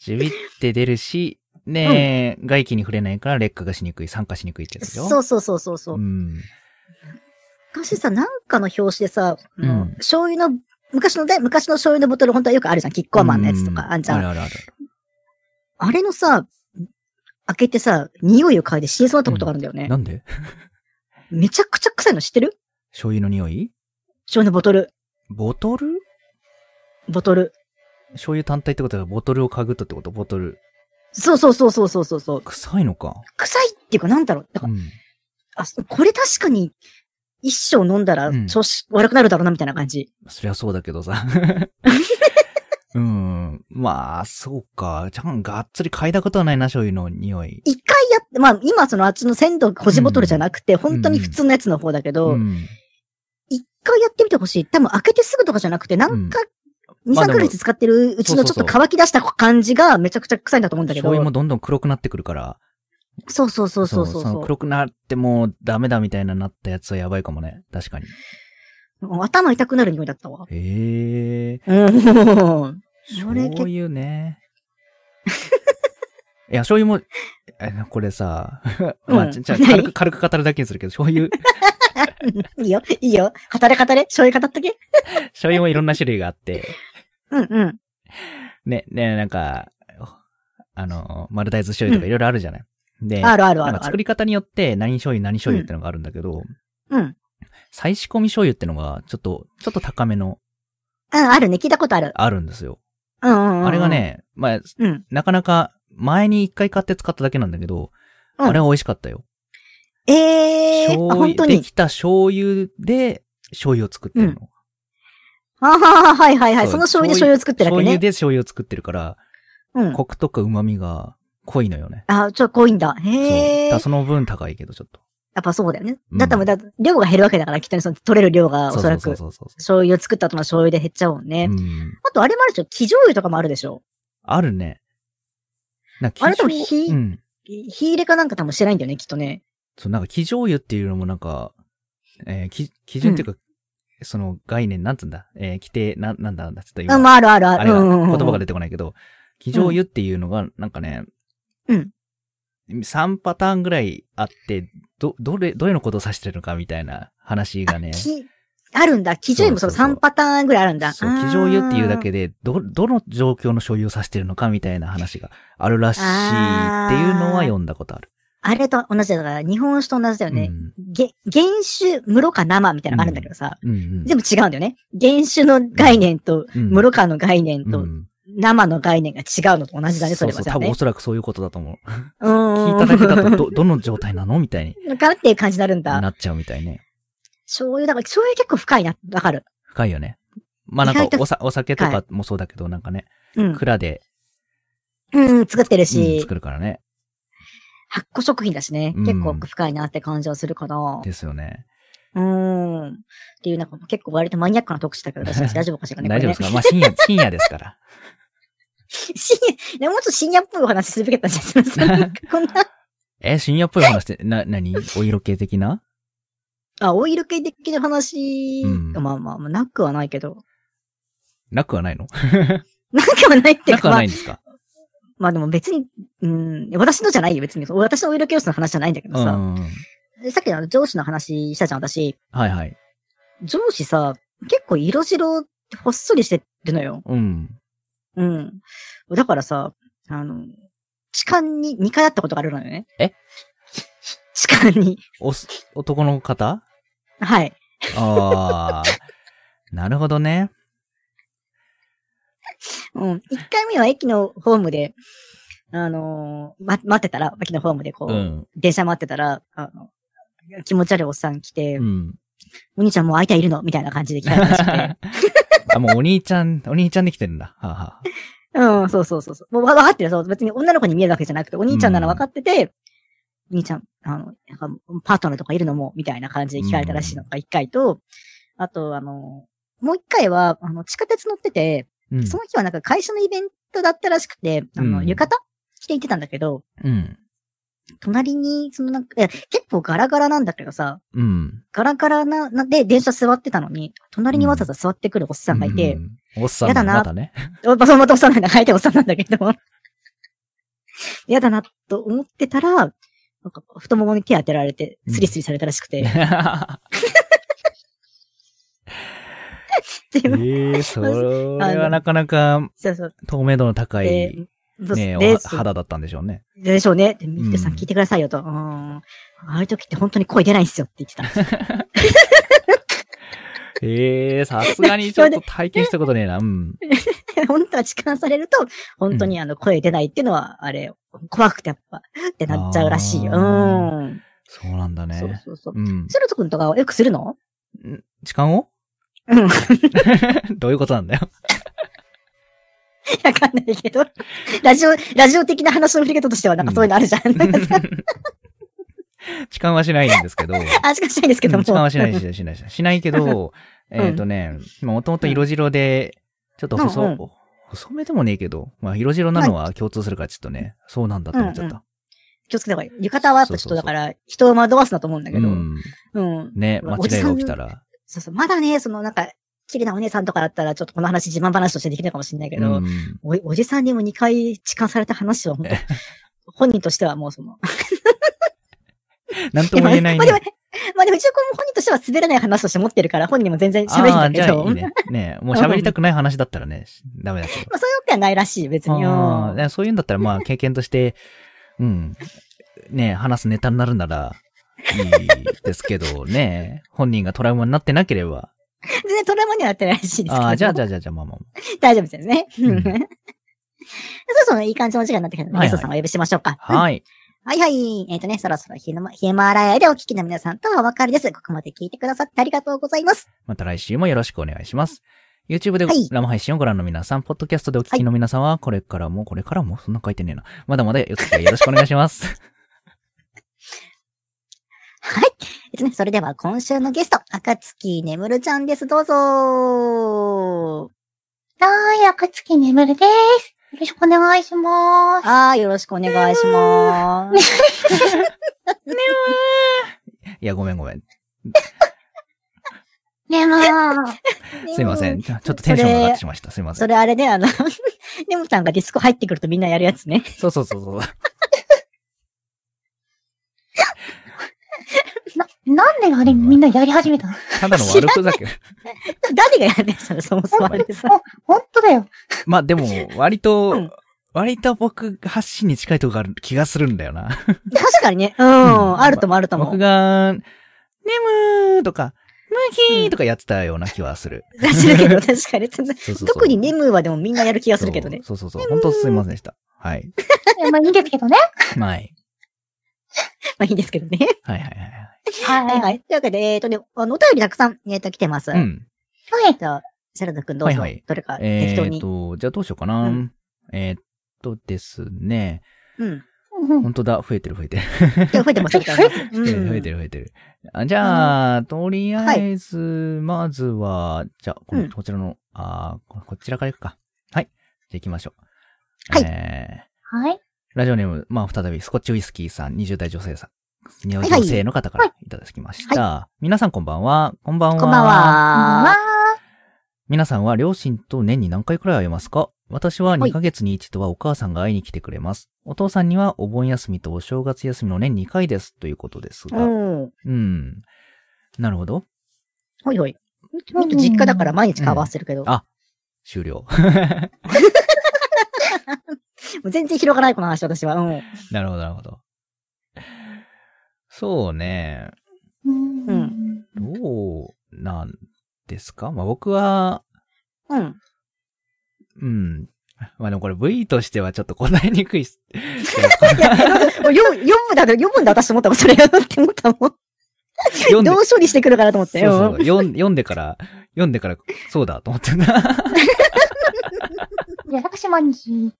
Speaker 2: ジュビって出るし、ねえ、外気に触れないから劣化がしにくい、酸化しにくいってやつでしょ
Speaker 1: そうそうそうそうそう。
Speaker 2: うん。
Speaker 1: 昔さ、なんかの表紙でさ、あの
Speaker 2: うん
Speaker 1: 醤油の、昔のね、昔の醤油のボトル本当はよくあるじゃん。キッコーマンのやつとか、あんちゃん。
Speaker 2: ある
Speaker 1: あ
Speaker 2: あるある。
Speaker 1: れのさ、開けてさ、匂いを嗅いで死にそうになったことがあるんだよね。
Speaker 2: なんで
Speaker 1: めちゃくちゃ臭いの知ってる
Speaker 2: 醤油の匂い
Speaker 1: 醤油のボトル。
Speaker 2: ボトル
Speaker 1: ボトル。
Speaker 2: 醤油単体ってことはボトルをかぐったってことボトル。
Speaker 1: そうそうそうそうそうそうそう。
Speaker 2: 臭いのか。
Speaker 1: 臭いっていうかなんだろう。だ
Speaker 2: う
Speaker 1: から、
Speaker 2: ん。
Speaker 1: あ、これ確かに一生飲んだら
Speaker 2: うん
Speaker 1: 調子悪くなるだろうなみたいな感じ。
Speaker 2: そりゃそうだけ どさ。うん。まあ、そうか。ちゃん、がっつり嗅いだことはないな、醤油の匂い。
Speaker 1: 一回やって、まあ今そのあっちの鮮度保持ボトルじゃなくて、本当に普通のやつの方だけど
Speaker 2: う、ん。
Speaker 1: 一、回やってみてほしい。多分開けてすぐとかじゃなくて、なんか、二
Speaker 2: まあ
Speaker 1: 三2、
Speaker 2: でも
Speaker 1: 3ヶ月使ってるうちのちょっ
Speaker 2: そ
Speaker 1: と
Speaker 2: うそう
Speaker 1: 乾き出した感じがめちゃくちゃ臭いんだと思うんだけど
Speaker 2: 醤。油もどんどん黒くなってくるから。
Speaker 1: そうそうそうそうそう
Speaker 2: その
Speaker 1: そ
Speaker 2: 黒くなってもうダメだみたいななったやつはやばいかもね。確かに。
Speaker 1: う。もう頭痛くなる匂いだったわ。
Speaker 2: へえ。
Speaker 1: うん。それ
Speaker 2: 醤
Speaker 1: 結
Speaker 2: 油ね。 いや、醤油も、えこれさ、まあ、ちょちょ
Speaker 1: 何
Speaker 2: 軽く、軽く語るだけにするけど、醤油、
Speaker 1: いいよ、いいよ。語れ語れ、醤油語っとけ。
Speaker 2: 醤油もいろんな種類があって、
Speaker 1: うんうん。
Speaker 2: ね、ね、なんか、あの、丸大豆醤油とかいろいろあるじゃない。で、
Speaker 1: あるあるあ
Speaker 2: なん
Speaker 1: る
Speaker 2: か
Speaker 1: あ
Speaker 2: 作
Speaker 1: る。
Speaker 2: り方によって何醤油何醤油ってのがあるんだけど、
Speaker 1: うん。
Speaker 2: 再仕込み醤油ってのがちょっと、ちょっと高めの
Speaker 1: あ、あるね。聞いたことある。
Speaker 2: あるんですよ。
Speaker 1: うんうんうん。
Speaker 2: あれが。ね、まあ、
Speaker 1: うん。
Speaker 2: なかなか前に一回買って使っただけなんだけど、
Speaker 1: うん
Speaker 2: あれは美味しかったよ。
Speaker 1: ええー、あ、
Speaker 2: 醤
Speaker 1: 本当
Speaker 2: 油、で
Speaker 1: に。
Speaker 2: きた醤油で醤油を作ってるの。
Speaker 1: あははいはいはい。
Speaker 2: そう
Speaker 1: その醤油で醤油を作ってるわ
Speaker 2: 醤
Speaker 1: け
Speaker 2: 油
Speaker 1: ね。
Speaker 2: で醤油を作ってるから、
Speaker 1: うん。
Speaker 2: コクとか旨味が濃いのよね。
Speaker 1: あ、ちょ、濃いんだ。
Speaker 2: そう。
Speaker 1: へえ。
Speaker 2: だから
Speaker 1: や
Speaker 2: その分高いけど、ちょっと。
Speaker 1: っぱそうだよね。
Speaker 2: うん
Speaker 1: だってもうだ、量が減るわけだから、きっとねその取れる量がおそら
Speaker 2: そう
Speaker 1: く、
Speaker 2: そうそうそうそ
Speaker 1: 醤油を作った後の醤油で減っちゃうもん
Speaker 2: う。
Speaker 1: ね
Speaker 2: う。ん。
Speaker 1: あと、あれもあるでしょ。生醤油とかもあるでしょ。
Speaker 2: あるね。なんか
Speaker 1: あれでも
Speaker 2: 生
Speaker 1: 火
Speaker 2: うん。
Speaker 1: 火入れかなんか多分してないんだよね、きっとね。
Speaker 2: そう、なんか、基準油っていうのもなんか、えーき基準っていうか、その概念、なんつうんだ、えー規定、な、なんだ、なんだ、ちょっと今
Speaker 1: あ、、まあ、あるあるあ
Speaker 2: あれ
Speaker 1: る。
Speaker 2: が、
Speaker 1: うんうんうん
Speaker 2: 言葉が出てこないけど、基準油っていうのが、なんかね、
Speaker 1: うん。
Speaker 2: 3パターンぐらいあって、ど、どれ、どれのことを指してるのかみたいな話がね
Speaker 1: あ、きあるんだ。基準もその
Speaker 2: そうそうそう
Speaker 1: 3パターンぐらいあるんだ。
Speaker 2: そう、基準油っていうだけで、ど、どの状況の所有を指してるのかみたいな話があるらしいっていうのは読んだことある。
Speaker 1: あー。あれと同じだから、日本酒と同じだよね。
Speaker 2: うん
Speaker 1: げ原酒、室か生みたいなのがあるんだけどさ、
Speaker 2: うんうん。
Speaker 1: 全部違うんだよね。原酒の概念と、
Speaker 2: うん
Speaker 1: 室かの概念
Speaker 2: う
Speaker 1: と、
Speaker 2: ん
Speaker 1: 生の概念が違うのと同じだね、それは
Speaker 2: う
Speaker 1: じゃ
Speaker 2: そう、多
Speaker 1: あ
Speaker 2: 分
Speaker 1: ね
Speaker 2: お。そらくそういうことだと思う。
Speaker 1: うーん
Speaker 2: 聞いただけだとど、どの状態なのみたいに
Speaker 1: だからって いう感じになるんだ。
Speaker 2: なっちゃうみたいね。
Speaker 1: 醤油、だから醤油結構深いな、わかる。
Speaker 2: 深いよね。まあなんか
Speaker 1: 意外と
Speaker 2: おさ、お酒とかもそうだけど、なんかね、
Speaker 1: うん。
Speaker 2: 蔵で、
Speaker 1: うん、作ってる
Speaker 2: うん、
Speaker 1: し、
Speaker 2: 作るからね。
Speaker 1: 発酵食品だしね、
Speaker 2: うん
Speaker 1: 結構奥深いなって感じはするかな。
Speaker 2: ですよね。
Speaker 1: うーん。っていう、なんか結構割とマニアックな特集だけど、私た ち大丈夫かしらね。
Speaker 2: 大丈夫です
Speaker 1: こ
Speaker 2: かまあ深夜、 深夜ですから。
Speaker 1: れね 深夜、ねもうちょっと深夜っぽいお話するべきだったんじゃないですかなんかこんな、
Speaker 2: え、深夜っぽい話って、な、なにお色系的な
Speaker 1: あ、オイル系的な話、
Speaker 2: うん
Speaker 1: まあまあまあ、なくはないけど。
Speaker 2: なくはないの
Speaker 1: なくはないってい
Speaker 2: な
Speaker 1: う
Speaker 2: く
Speaker 1: か、
Speaker 2: は
Speaker 1: まあ
Speaker 2: ないん、ですか
Speaker 1: まあでも別に、うん、私のじゃないよ、別に。私のオイル系の話じゃないんだけど
Speaker 2: う
Speaker 1: さ。
Speaker 2: ん。
Speaker 1: でさっきのあの上司の話したじゃん、私。
Speaker 2: はいはい。
Speaker 1: 上司さ、結構色白、ほっそりしてるのよ。
Speaker 2: うん。
Speaker 1: うん。だからさ、あの、痴漢に2回会ったことがあるのよね。
Speaker 2: え
Speaker 1: 痴漢に。
Speaker 2: おす、男の方
Speaker 1: はい。
Speaker 2: ああ。 なるほどね。
Speaker 1: うん。1回目は駅のホームで、あのーま、待ってたら、駅のホームでこう、
Speaker 2: うん。
Speaker 1: 電車待ってたら、あの、気持ち悪いおっさん来て、
Speaker 2: うん。
Speaker 1: お兄ちゃんもう会いたいるのみたいな感じで来たりして。
Speaker 2: あ、もうお兄ちゃん、お兄ちゃんできてるんだ。はあ、はあ、
Speaker 1: うん、そうそうそうそう。もうわ分かってる。そう、別に女の子に見えるわけじゃなくて、お兄ちゃんなら分かってて、お兄ちゃん、あの、なんかパートナーとかいるのも、みたいな感じで聞かれたらしいのが一回と、あと、あの、もう一回は、あの、地下鉄乗ってて、
Speaker 2: うん。
Speaker 1: その日はなんか会社のイベントだったらしくて、あ
Speaker 2: う
Speaker 1: の、
Speaker 2: ん
Speaker 1: 浴衣着て行ってたんだけど、
Speaker 2: うん。
Speaker 1: 隣に、そのなんか、いや結構ガラガラなんだけどさ、
Speaker 2: うん。
Speaker 1: ガラガラな、なで電車座ってたのに、隣にわざわざ座ってくるおっさんがいて、
Speaker 2: うん。おっさん
Speaker 1: やだ
Speaker 2: の
Speaker 1: な
Speaker 2: まだね。
Speaker 1: やっぱそのまたおっさんなんだ、相手おっさんなんだけど、嫌だなと思ってたら、なんか太ももに手当てられて、スリスリされたらしくて、
Speaker 2: え
Speaker 1: で
Speaker 2: ー、それはなかなか
Speaker 1: そうそう。
Speaker 2: 透明度の高
Speaker 1: で
Speaker 2: い、、
Speaker 1: そう
Speaker 2: ね、
Speaker 1: で
Speaker 2: お肌だったんでしょうね。
Speaker 1: でしょうね。で、ミッケさん
Speaker 2: うん
Speaker 1: 聞いてくださいよと。うーん。ああいう時って本当に声出ないんすよって言ってた。
Speaker 2: えー、さす がにちょっと体験したことねえな。うん。
Speaker 1: 本当は痴漢されると、本当にあの声出ないっていうのは、あれ、怖くてやっぱ、ってなっちゃうらしいよ。う
Speaker 2: あー
Speaker 1: ーん。
Speaker 2: そうなんだ
Speaker 1: そう
Speaker 2: ね。
Speaker 1: そうそう。
Speaker 2: うん。
Speaker 1: セロト君とかはよくするの
Speaker 2: 痴漢を
Speaker 1: うん。
Speaker 2: どういうことなんだよ。
Speaker 1: わかんないけど。ラジオ、ラジオ的な話の振り方としては、なんかそういうのあるじゃ ん。なんかさ
Speaker 2: 痴漢はしないんですけど。
Speaker 1: あ、しかしないんですけど
Speaker 2: う
Speaker 1: も。
Speaker 2: ん痴漢はしない
Speaker 1: うん
Speaker 2: し、しないしない、しないけど、えっとね、もともと色白で、ちょっと細、
Speaker 1: うんうん
Speaker 2: 細めでもねえけど、まあ色白なのは共通するからちょっとね、そうなんだって思っちゃった。
Speaker 1: 気をつけた方がいい。浴衣はやっぱちょっとだから、人を惑わすなと思うんだけ
Speaker 2: う
Speaker 1: ど。うん。
Speaker 2: ん。ね、間違いが起きたら。
Speaker 1: そうそう。まだね、そのなんか、綺麗なお姉さんとかだったら、ちょっとこの話自慢話としてできるかもしれないけど、
Speaker 2: うん
Speaker 1: おいおじさんにも2回痴漢された話は本当、 本人としてはもうその、
Speaker 2: なんとも言えな い
Speaker 1: まあでも
Speaker 2: ね。
Speaker 1: ね、まあでも一応この本人としては滑らない話として持ってるから、本人も全然喋るん
Speaker 2: ああ
Speaker 1: だ
Speaker 2: ー、じ
Speaker 1: け
Speaker 2: ゃ
Speaker 1: ど、
Speaker 2: あいい
Speaker 1: ま
Speaker 2: ね。ねもう喋りたくない話だったらね、ダメだけど。
Speaker 1: あそういうわけはないらしい、別に。
Speaker 2: あ
Speaker 1: う
Speaker 2: ー
Speaker 1: ん
Speaker 2: ねそういうんだったら、まあ、経験として、うん。ね、話すネタになるなら、いいですけどね。本人がトラウマになってなければ。
Speaker 1: 全然トラウマにはなってないらしいですけど。
Speaker 2: ああ、じゃあ、じ
Speaker 1: ゃ
Speaker 2: ゃあ、じゃあ、じゃあ、まあまあ。
Speaker 1: 大丈夫ですね。
Speaker 2: う
Speaker 1: うんん そろそろいい感じのお時間になってきたので、
Speaker 2: はいはい
Speaker 1: ゲストさんをお呼びしましょうか。い。
Speaker 2: はい。
Speaker 1: はいはい。えっ、とね、そろそろひのま、ひまらやでお聞きの皆さんとはお別れです。ここまで聞いてくださってありがとうございます。
Speaker 2: また来週もよろしくお願いします。YouTube で
Speaker 1: はい
Speaker 2: 生配信をご覧の皆さん、ポッドキャストでお聞きの皆さんは、これからも、これからも、そんな書いてねえな。まだまだよろしくよろしくお願いします。
Speaker 1: はい。えっとね、それでは今週のゲスト、赤月ねむるちゃんです。どうぞ
Speaker 3: はーい、あかつきねむるです。よろしくお願いします。
Speaker 1: あー、よろしくお願いします。
Speaker 2: いや、ごめんごめん。
Speaker 3: ねむ ー。
Speaker 2: すいません。ちょっとテンションが上がってしまいました。すいませ
Speaker 1: そ
Speaker 2: ん。
Speaker 1: れあれね、あの、 ねむさんがディスコ入ってくるとみんなやるやつね。
Speaker 2: そうそうそうそう。
Speaker 3: な、なんであれみんなやり始めたの
Speaker 2: ただの悪ふざけ。
Speaker 1: 誰がやるんですかそもそ もあれさ。
Speaker 3: ほんとだよ。
Speaker 2: まあでも、割と、
Speaker 1: うん
Speaker 2: 割と僕発信に近いとこがある気がするんだよな。
Speaker 1: 確かにね。うんん。あるともあるとも
Speaker 2: 僕。が、ねむーとか、むきーとかやってたような気はする。
Speaker 1: するけど、確かに。
Speaker 2: そうそうそう
Speaker 1: 特にネムーはでもみんなやる気がするけどね。
Speaker 2: そうそうそうそう。本当すいませんでした。はい。
Speaker 3: いやまあいいんですけどね。
Speaker 2: はい。
Speaker 1: まあいいですけどね。
Speaker 2: はいはいはい
Speaker 3: はい。
Speaker 1: はい
Speaker 3: は。
Speaker 1: はいい。というわけで、えっとね、あの、お便りたくさん、えっと、来てます。
Speaker 2: はい。うん。
Speaker 1: じゃあ、シャラダ君どうぞ、
Speaker 2: はいはい
Speaker 1: どれか適
Speaker 2: え
Speaker 1: 当
Speaker 2: ーっ
Speaker 1: に。
Speaker 2: と、じゃあどうしようかな。
Speaker 1: うん
Speaker 2: えーっとですね。
Speaker 1: うん。
Speaker 3: うんうん
Speaker 2: 本当だ。増えてる増えてる。
Speaker 1: 手を増えてますよ。う
Speaker 2: えー
Speaker 1: ん
Speaker 2: 増えてる増えてる。あじゃあ、とりあえず、まずは、じゃあ、
Speaker 1: う
Speaker 2: この、
Speaker 1: ん
Speaker 2: こちらの、あーここちらから行くか。はい。じゃあ行きましょう。
Speaker 1: はい
Speaker 2: えー
Speaker 3: はい。
Speaker 2: ラジオネーム、まあ、再び、スコッチウイスキーさん、20代女性さん、
Speaker 1: はい
Speaker 2: 女性の方からいただきました。皆さんこんばんは。こんばんは。
Speaker 1: こんばんは。
Speaker 3: わ
Speaker 2: 皆さんは両親と年に何回くらい会えますか私は
Speaker 1: はい
Speaker 2: 2ヶ月に一度はお母さんが会いに来てくれます。お父さんにはお盆休みとお正月休みの年2回です。ということですが。
Speaker 1: うん。
Speaker 2: うん。なるほど。
Speaker 1: ほいほい。もっと実家だから毎日顔合わせるけど。
Speaker 2: んあ終了。
Speaker 1: もう全然広がらない、この話、私は。うん。
Speaker 2: なるほど、なるほど。そうね。
Speaker 3: ーう。
Speaker 1: うん
Speaker 2: どうなんですかまあ、僕は、
Speaker 1: うん。
Speaker 2: うん。まあでもこれ V としてはちょっと答えにくいし。
Speaker 1: いや、もう読む、読むだ、読むんだ、私思ったもん、それやろって思ったもん。
Speaker 2: 読んで
Speaker 1: どう処理してくるかなと思って。
Speaker 2: そ
Speaker 1: うん
Speaker 2: うそう読ん読んでから、読んでから、そうだと思ってんだ。
Speaker 3: リラクシマンジ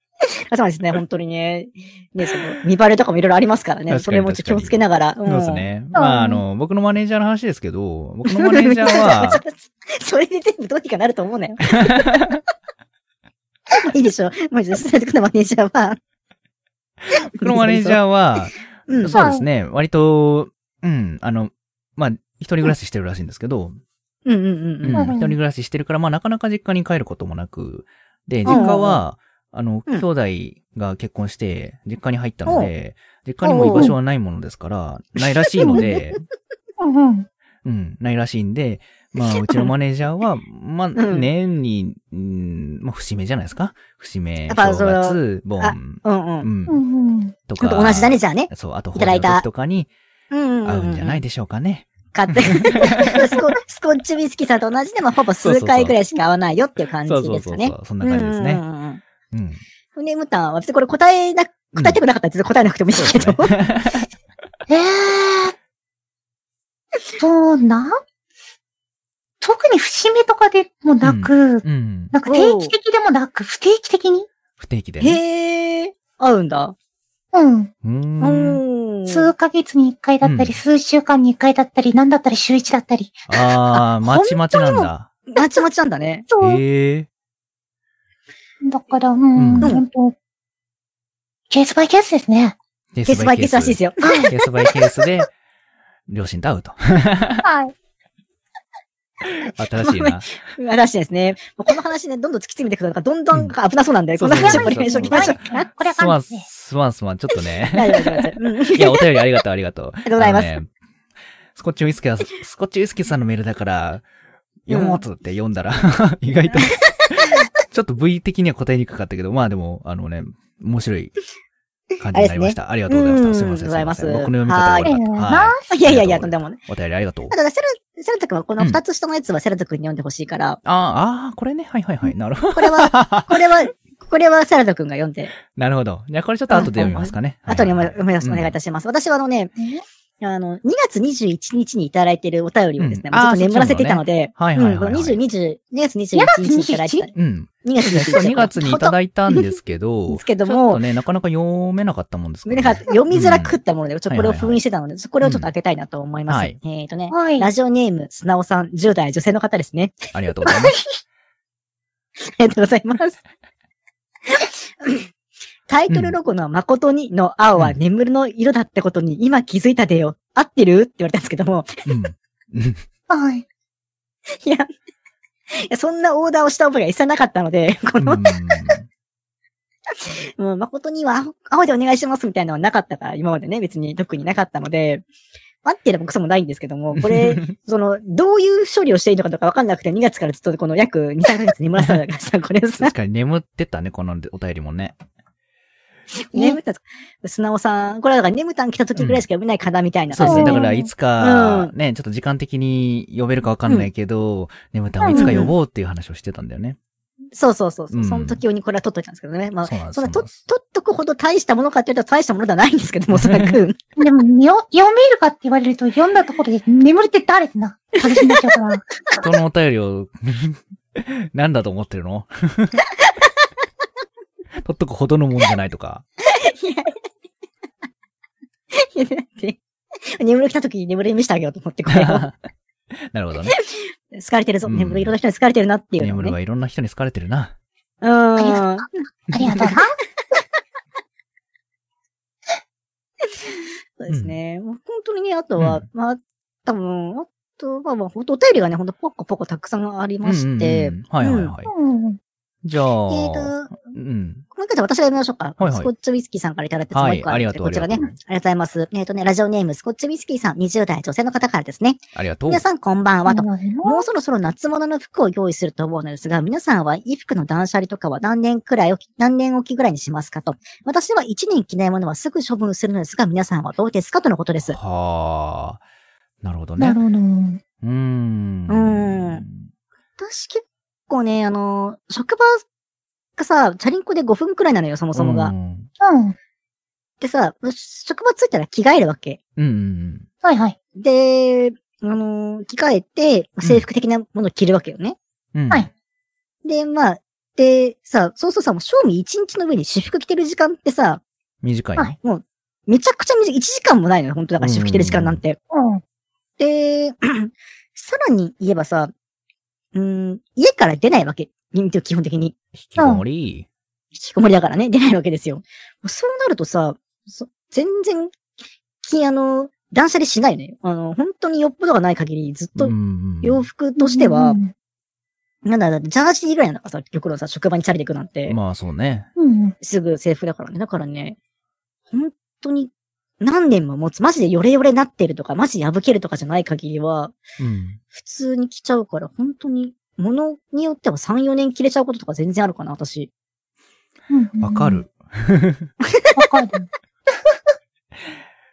Speaker 1: あそうですね、本当にね。ね、その、見バレとかもいろいろありますから
Speaker 2: 確か
Speaker 1: ね。
Speaker 2: に
Speaker 1: それもちょっと気をつけながら。
Speaker 2: そ
Speaker 1: そう
Speaker 2: です。ね。まああの、僕のマネージャーの話ですけど、僕のマネー ジャーは、、
Speaker 1: それで全部どうにかなると思うなよ。 いいでしょ。もう、それでこのマネージャーは。
Speaker 2: 僕のマネージャーは、
Speaker 1: うん。
Speaker 2: そうですね。割と、うん、あの、まあ、一人暮らししてるらしいんですけど、
Speaker 1: うんうんう
Speaker 2: う、
Speaker 1: んん
Speaker 3: ん
Speaker 1: うん。
Speaker 2: 一人暮らししてるから、まあ、なかなか実家に帰ることもなく、で、実家は、あの、
Speaker 1: うん
Speaker 2: 兄弟が結婚して、実家に入ったので、実家にも居場所はないものですから、ないらしいの で、
Speaker 3: うんうん。
Speaker 2: うん、ないらしいんで、まあ、うちのマネージャーは、まあ、
Speaker 1: ん
Speaker 2: 年に、うん、まあ、節目じゃないですか節目、
Speaker 1: やっぱ
Speaker 2: 正
Speaker 1: その
Speaker 2: 月、
Speaker 1: あ
Speaker 2: 盆、
Speaker 1: うんう。
Speaker 2: うんん
Speaker 3: う、んうん。
Speaker 2: と
Speaker 1: ちょっ
Speaker 2: か。
Speaker 1: と同じだね、。じゃあね。
Speaker 2: そう、あと、
Speaker 1: いただいた
Speaker 2: 時とかに
Speaker 1: うんうん。
Speaker 2: 合うんじゃないでしょうかね。
Speaker 1: 買 って。スコスコッチビスキーさんと同じで、まあ、ほぼ数回ぐらいしか会わないよっていう感じ
Speaker 2: そうそ
Speaker 1: で
Speaker 2: う
Speaker 1: す
Speaker 2: そ
Speaker 1: か
Speaker 2: う
Speaker 1: ね。
Speaker 2: そう。そんな感じです
Speaker 1: うん
Speaker 2: ね
Speaker 1: う。んうん
Speaker 2: うん。
Speaker 1: うん。で、ムタは別にこれ答えな、答えたくなかったら全然答えなくてもいい
Speaker 2: そう
Speaker 1: け
Speaker 2: で
Speaker 1: ど
Speaker 2: すね。。
Speaker 3: えーっと、な特に節目とかでもなく、
Speaker 2: うん。
Speaker 3: なんか定期的でもなく、不定期的に
Speaker 2: 不定期でね。
Speaker 1: へえ、合うんだ。
Speaker 3: うん。
Speaker 2: う
Speaker 1: う
Speaker 2: ー。
Speaker 1: んん。
Speaker 3: 数ヶ月に一回だったり、
Speaker 2: うん
Speaker 3: 数週間に一回だったり、なんだったり週一だったり。
Speaker 2: ああ、まちまちなんだ。
Speaker 1: まちまちなんだね。
Speaker 3: そう。
Speaker 2: へえ。
Speaker 3: だから、うん、
Speaker 2: うん
Speaker 3: 本当ケースバイケースですね。
Speaker 2: ケ
Speaker 1: ケースバイケースらしいです
Speaker 2: よ。
Speaker 1: よ。
Speaker 3: はい。
Speaker 2: ケースバイケースで、両親 と会うと。
Speaker 3: はい。
Speaker 2: 新しいな。
Speaker 1: らしいですね。この話ね、どんどん突き詰めていくと、どんどん危なそうなんで、こ
Speaker 2: そう
Speaker 1: の
Speaker 2: そう
Speaker 1: 話
Speaker 2: そ
Speaker 1: を
Speaker 2: う
Speaker 1: お願いしときましょうか。
Speaker 3: これは
Speaker 2: すま
Speaker 3: 感
Speaker 2: ん、
Speaker 3: じですね。
Speaker 2: すまん、すまん。ちょっとね。
Speaker 1: 大丈夫大丈夫うん
Speaker 2: いや、お便りありがとう、ありがとう。あり
Speaker 1: がとうございます
Speaker 2: スコッチウイスキーさん、スコッチウイスキーさんのメールだから、読もうとって読んだら、 意外 と、ちょっと V 的には答えにくかったけど、まあでも、あのね、面白い感じになりました。ありがとうございました。すいません。
Speaker 1: うんございます
Speaker 2: いせん僕の読み方が悪かった。
Speaker 3: は
Speaker 2: はい
Speaker 1: いやいやいや、とんでもない。
Speaker 2: い。お便りありがとう。
Speaker 1: ただ、セル、セルタ君はこの二つ下のやつはセルタ君に読んでほしいから、
Speaker 2: あーあー、これね。はいはいはい。なるほど。
Speaker 1: これは、これは、これはセルタ君が読んで、
Speaker 2: なるほど。じゃあこれちょっと後で読みますかね。
Speaker 1: 後にお
Speaker 2: はいはい
Speaker 1: 願いしお願いいたします。私はあのね、あの、2月21日にいただいているお便りをですね、
Speaker 2: うん
Speaker 1: もうちょっと眠らせていたので、
Speaker 2: はいはいはいはい
Speaker 1: うんこの20、20、2月21日にいただいてた。
Speaker 2: うん。
Speaker 1: 2月
Speaker 2: 実は
Speaker 1: 21
Speaker 2: 2月にいた
Speaker 1: い
Speaker 2: だいたんですけ
Speaker 1: たん
Speaker 2: ど
Speaker 1: です、けど
Speaker 2: ちょっと
Speaker 1: も、
Speaker 2: ね、なかなか読めなかったもんですから
Speaker 1: なんか
Speaker 2: ね。
Speaker 1: 読みづらくったもので、ちょっとこれを
Speaker 2: はいはいはい
Speaker 1: 封印してたので、ちょっとこれをちょっと開けたいなと思います。
Speaker 2: はい
Speaker 1: えっ、とね、
Speaker 3: はい。
Speaker 1: ラジオネーム、すなおさん、10代女性の方ですね。
Speaker 2: ありがとうございます。
Speaker 1: ありがとうございます。 タイトルロゴの誠にの青は眠るの色だってことに今気づいたでよ。合ってるって言われたんですけども、
Speaker 2: うん。
Speaker 3: はい。
Speaker 1: いや、いやそんなオーダーをした覚えが一切なかったので、 この、うん、誠には青青でお願いしますみたいなのはなかったから、今までね、別に特になかったので、合ってればクソもないんですけども、こ れ、その、どういう処理をしていいのかとかわかんなくて、2月からずっとこの約2、3ヶ月眠らされたからさ、これさ
Speaker 2: 確、かに眠ってたね、このお便りもね。
Speaker 1: 眠った、素直さん、これはだから眠たん来た時ぐらいしか読めないかなみたいな
Speaker 2: そう
Speaker 1: 感
Speaker 2: で
Speaker 1: じ
Speaker 2: す
Speaker 1: で、
Speaker 2: ね。
Speaker 3: ん
Speaker 2: だから、いつか
Speaker 1: う、
Speaker 2: ね、ちょっと時間的に呼べるかわかんないけど、眠たんをいつか呼ぼうっていう話をしてたんだよね。
Speaker 1: そうそうそうそう、
Speaker 2: うん
Speaker 1: その時用にこれは取っといたんですけどね。まあ、
Speaker 2: そうなんです
Speaker 1: そんな
Speaker 2: そ
Speaker 1: と
Speaker 2: うなん
Speaker 1: 取
Speaker 2: です
Speaker 1: っとくほど大したものかというと大したものではないんですけども、おそらく。
Speaker 3: でも、よ読めるかって言われると、読んだところで、眠るって誰ってな、話になっちゃうから。
Speaker 2: 人のお便りを、 なんだと思って るの取っとくほどのもんじゃないと か。
Speaker 1: いやだって 眠り来た時に眠り見せてあげようと思って、これを。
Speaker 2: なるほどね。
Speaker 1: 好かれてるぞ。
Speaker 2: うん
Speaker 1: 眠りいろんな人に好かれてるなっていうの
Speaker 2: 眠
Speaker 1: を
Speaker 2: る
Speaker 1: ね。
Speaker 2: はいろんな人に好かれてるな。
Speaker 1: うーん。
Speaker 3: ありがとうな。
Speaker 1: そうですね。もう本当にね、あとは、まあ、多分、あとは、まあ、本当お便りがね、ほんとポコポコたくさんありまして、
Speaker 2: うんうんうんはいはいはい。
Speaker 3: うん。
Speaker 2: じゃ
Speaker 1: えっと、
Speaker 2: あ、うん。
Speaker 1: もう一回じゃあ私が読みましょうか。
Speaker 2: はいはい
Speaker 1: スコッチウィスキーさんからいただいた
Speaker 2: は
Speaker 1: もう
Speaker 2: い
Speaker 1: 一個あるので
Speaker 2: あ
Speaker 1: こ
Speaker 2: り
Speaker 1: ち
Speaker 2: がと
Speaker 1: ら
Speaker 2: う
Speaker 1: ね。
Speaker 2: あ
Speaker 1: あり
Speaker 2: りが
Speaker 1: が
Speaker 2: と
Speaker 1: とうございます。えっ、とね、ラジオネーム、スコッチウィスキーさん、20代女性の方からですね。
Speaker 2: ありがとう。
Speaker 1: 皆さんこんばん
Speaker 3: あ
Speaker 1: は
Speaker 3: り
Speaker 1: と。
Speaker 3: がとうな
Speaker 1: もうそろそろ夏物の服を用意すると思うのですが、皆さんは衣服の断捨離とかは何年くらいおき、何年おきぐらいにしますかと。私は1年着ないものはすぐ処分するのですが、皆さんはどうですかとのことです。
Speaker 2: はあ。なるほどね。
Speaker 3: なるほど。
Speaker 2: うーん。
Speaker 1: うーん私結構ね、あの、職場がさ、チャリンコで5分くらいなのよ、そもそもが。
Speaker 2: うん。
Speaker 3: うん。
Speaker 1: でさ、職場着いたら着替えるわけ。
Speaker 2: うんうん
Speaker 3: はいはい。
Speaker 1: で、あの着替えて、まあ制服的なものを着るわけよね。
Speaker 2: うん。うん
Speaker 3: はい。
Speaker 1: で、まあ、で、さ、そうそうさ、もう正味1日の上に私服着てる時間ってさ、
Speaker 2: 短いね。
Speaker 1: もう、めちゃくちゃ短い、1時間もないのよ、本当だから、私服着てる時間なんて。
Speaker 3: うん。
Speaker 1: で、 さらに言えばさ、うーん、家から出ないわけ。基本的に。
Speaker 2: 引きこもり。
Speaker 1: 引きこもりだからね、出ないわけですよ。そうなるとさ、そ全然、近あの、断捨離しないのよ。あの、本当によっぽどがない限り、ずっと洋
Speaker 2: 服
Speaker 1: 服として
Speaker 3: う
Speaker 1: は、
Speaker 3: ん
Speaker 1: なんだ、だってジャージ以外なんかさ、極論さ、職場にチャリで行くなんて、
Speaker 2: まあそうね。
Speaker 3: うん。
Speaker 1: すぐ制服だからね。だからね、本当に何年も持つ、マジでヨレヨレなってるとか、マジで破けるとかじゃない限りは、
Speaker 2: うん。
Speaker 1: 普通に着ちゃうから、本当に、物によっては3、4年着れちゃうこととか全然あるかな、私。
Speaker 3: うん
Speaker 2: わか。る。
Speaker 3: わかる。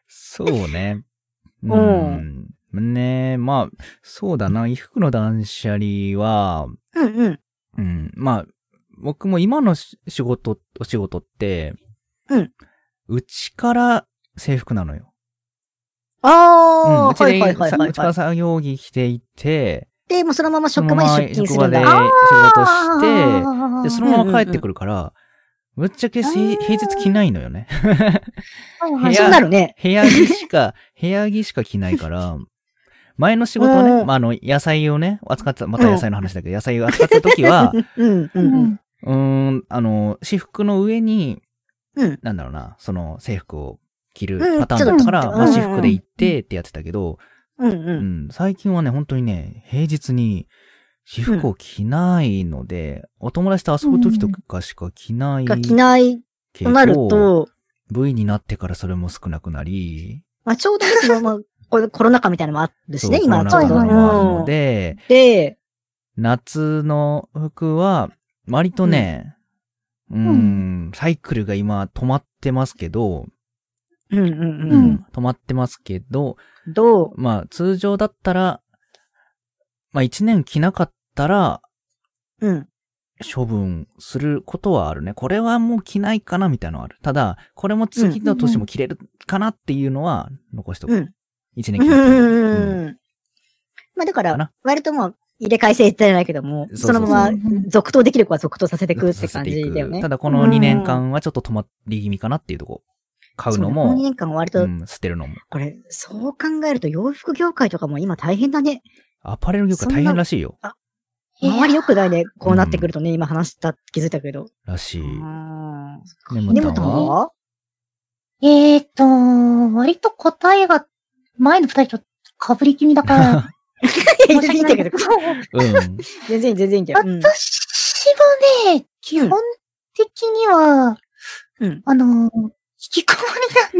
Speaker 2: そうね。
Speaker 1: ん
Speaker 2: うん。ねえ、まあ、そうだな。衣服の断捨離は、
Speaker 1: うんうん。
Speaker 2: うん。まあ、僕も今のし仕事、お仕事って、
Speaker 1: うん。
Speaker 2: うちから制服なのよ。うん。
Speaker 1: あ
Speaker 2: うち
Speaker 1: あ、はい
Speaker 2: で、
Speaker 1: はいはい
Speaker 2: さ
Speaker 1: はいう
Speaker 2: ちか
Speaker 1: は
Speaker 2: ら
Speaker 1: い。
Speaker 2: 作業着着ていて、
Speaker 1: で、もうそのまま
Speaker 2: そ
Speaker 1: 職
Speaker 2: のま
Speaker 1: 場に
Speaker 2: ま
Speaker 1: 出勤す
Speaker 2: 職
Speaker 1: るん
Speaker 2: 場で仕
Speaker 1: だ。
Speaker 2: 事して、
Speaker 3: あー
Speaker 2: で、そのまま帰ってくるから、ぶっちゃけせい
Speaker 3: あー
Speaker 2: 平日着ないのよね。
Speaker 3: はい
Speaker 2: 部
Speaker 3: は
Speaker 2: 屋
Speaker 3: い
Speaker 1: そうなるね。
Speaker 2: 部屋着しか、 部屋着しか着ないから、前の仕事は
Speaker 1: う
Speaker 2: ね、
Speaker 1: ん
Speaker 2: まあ、あの、野菜をね、扱ってた、また野菜の話だけど、野菜を扱ってた時は
Speaker 1: う、んうんう
Speaker 3: うん
Speaker 1: ん。
Speaker 2: うーん、あの、私服の上に、
Speaker 1: うん
Speaker 2: なんだろうな、その制服を着る
Speaker 1: うん
Speaker 2: パターンだったから、
Speaker 1: ちょっと
Speaker 2: まあ、
Speaker 1: うん
Speaker 2: 私服で行ってってやってたけど、
Speaker 1: うんう。
Speaker 2: うんん、最近はね、本当にね、平日に私服を着ないので、お友達と遊ぶ時とかしか着ない
Speaker 1: が着ない
Speaker 2: け
Speaker 1: と
Speaker 2: ど、
Speaker 1: なると、
Speaker 2: V になってからそれも少なくなり、
Speaker 1: まあちょうどね、その、まあ、 これコロナ禍みたいなのもあるしね、
Speaker 2: そう
Speaker 1: 今
Speaker 2: コ
Speaker 1: ちょ
Speaker 2: ロ
Speaker 1: っ
Speaker 2: ナ
Speaker 1: と。
Speaker 2: 禍もあるの
Speaker 1: うん
Speaker 2: で、
Speaker 1: で、
Speaker 2: 夏の服は、割とね、うーん、サイクルが今止まってますけど、
Speaker 1: うんうん
Speaker 2: う
Speaker 1: うん。
Speaker 2: ん、止まってますけど、
Speaker 1: どう
Speaker 2: まあ通常だったら、まあ一年着なかったら
Speaker 1: うん。
Speaker 2: 処分することはあるね。これはもう着ないかなみたいなのはある。ただ、これも次の年も着れるかなっていうのは残しと
Speaker 1: う
Speaker 2: く。
Speaker 1: ん。
Speaker 2: 一、
Speaker 1: う
Speaker 2: 年着
Speaker 1: ん
Speaker 2: な
Speaker 1: う
Speaker 2: くても
Speaker 1: んうん。まあだか
Speaker 2: かな
Speaker 1: ら、割ともう入れ替え制じゃないけども、
Speaker 2: そうそ
Speaker 1: そ
Speaker 2: う
Speaker 1: のま
Speaker 3: う
Speaker 1: ま
Speaker 3: ん
Speaker 1: 続投できる子は続投させていくっ
Speaker 2: さ
Speaker 1: て
Speaker 2: せ
Speaker 1: 感
Speaker 2: て
Speaker 1: じ
Speaker 2: いく
Speaker 1: だよね
Speaker 2: た。だこの2年間はちょっと止まり気味かなっていうとこ。買うの
Speaker 1: そうねこ
Speaker 2: も、
Speaker 1: の2年間は割
Speaker 2: う
Speaker 1: と、
Speaker 2: ん、捨てるのも。
Speaker 1: これ、そう考えると洋服業界とかも今大変だね。
Speaker 2: アパレル業界大変らしいよ。
Speaker 1: 周り良くないね。こうなってくるとね、今話した、気づいたけど。
Speaker 2: らしい。
Speaker 1: うん
Speaker 2: 根
Speaker 1: 根
Speaker 2: 本
Speaker 1: 本
Speaker 2: は
Speaker 1: は
Speaker 3: えーと、割と答えが前の二人と被り気味 だから。
Speaker 1: いやいいんだけど、
Speaker 2: うん。
Speaker 1: 全然全然いいんだよ。うん
Speaker 3: 私はね、基本的には、
Speaker 1: うん
Speaker 3: あの、引きこも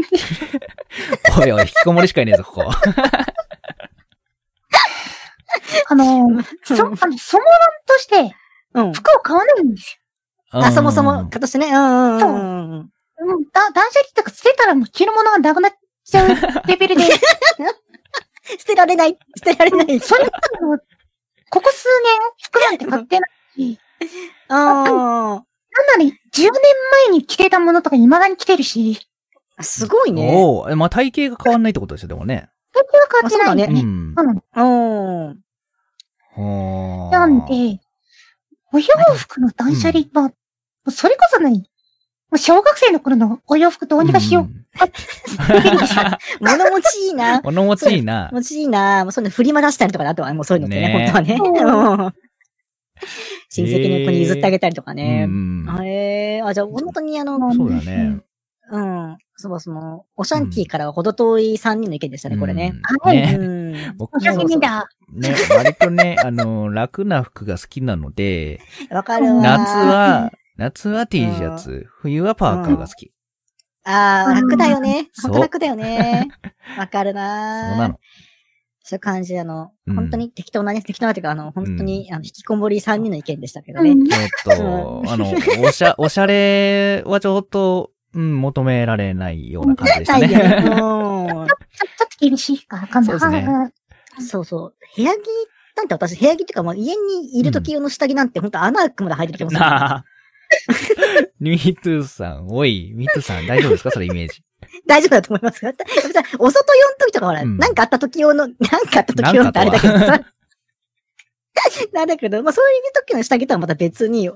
Speaker 3: りなん
Speaker 2: お
Speaker 3: で、
Speaker 2: いおい、引きこもりしかいねえぞ、ここ。
Speaker 3: あの、そ、あの、そもらんとして
Speaker 1: うん。
Speaker 3: 服を買わないんです
Speaker 1: あ、そもそうも、
Speaker 2: ん
Speaker 1: 形ね。うんうんうんうん。
Speaker 3: よ。もうだ、断捨離とか捨てたらもう着るものがなくなっちゃうレベ ルで、
Speaker 1: 捨てられない。捨てられない。
Speaker 3: それ以外のここ数年服なんて買ってない。
Speaker 1: あ
Speaker 3: なんなら10年前に着てたものとか未だに着てるし、
Speaker 1: あ。すごいね。
Speaker 2: おうえまあ体型が変わんないってことでしょ、でもね。
Speaker 3: 結局は買ってないんだ
Speaker 1: あ
Speaker 3: よ
Speaker 1: そ
Speaker 2: う
Speaker 3: ね。
Speaker 2: ん。
Speaker 3: そうなの
Speaker 1: うん。
Speaker 2: ほー
Speaker 3: なんで、お洋服の断捨離は、それこそない。もう小学生の頃のお洋服どうにかしよう。
Speaker 2: ん
Speaker 1: 物持ちいいな。
Speaker 2: 物持ちいいな。
Speaker 1: 持ちいいな。もうそういうの振り回したりとかねあとはもうそういうのって
Speaker 2: ね
Speaker 1: ね、本当はね。うん親戚の子に譲ってあげたりとかね
Speaker 2: う。ん。
Speaker 1: へえ。あ、じゃあ本当にあの、
Speaker 3: うん
Speaker 2: そうだね。
Speaker 1: うん。そうその、オシャンティーからは程遠い3人の意見でしたね、これね。
Speaker 2: うん
Speaker 3: はい
Speaker 2: ね。
Speaker 1: うん。
Speaker 2: 僕も
Speaker 3: お久しぶりだ。
Speaker 2: ね、割とね、あの、楽な服が好きなので、
Speaker 1: わかるわ。
Speaker 2: 夏は、夏は T シャツ、冬はパーカーが好き。
Speaker 1: ああ、楽だよね。
Speaker 2: そう
Speaker 1: 本当楽だよね。わかる
Speaker 2: そう
Speaker 1: なー
Speaker 2: なの。
Speaker 1: そういう感じで、あの
Speaker 2: うん、
Speaker 1: 本当に適当なね、適当なというか、あの、本当に、あの、引きこもり3人の意見でしたけど
Speaker 3: う
Speaker 1: ね。
Speaker 3: ん。
Speaker 2: ちょっと、あの、おしゃ、おしゃれはちょっと、うん、求められないような感じでした
Speaker 1: 痛いよ
Speaker 2: ね。
Speaker 1: ね。うん
Speaker 3: ちょちょっと厳しいか、かん
Speaker 2: そうですね
Speaker 1: そうそう。部屋着なんて私、部屋着っていうか、まあ、家にいる時用の下着なんて、本当穴開くまで履いてる気もする。
Speaker 2: なあ。 ミートゥーさん、おい、ミートゥーさん、大丈夫ですかそれイメージ。
Speaker 1: 大丈夫だと思いますよ。だってだってさお外用の時とか、ほら、
Speaker 2: うん
Speaker 1: なんかあった時用の、なんかあった時用ってあれだけど
Speaker 2: なん
Speaker 1: さ。 なんだけど、まあ、そういう時の下着とはまた別に、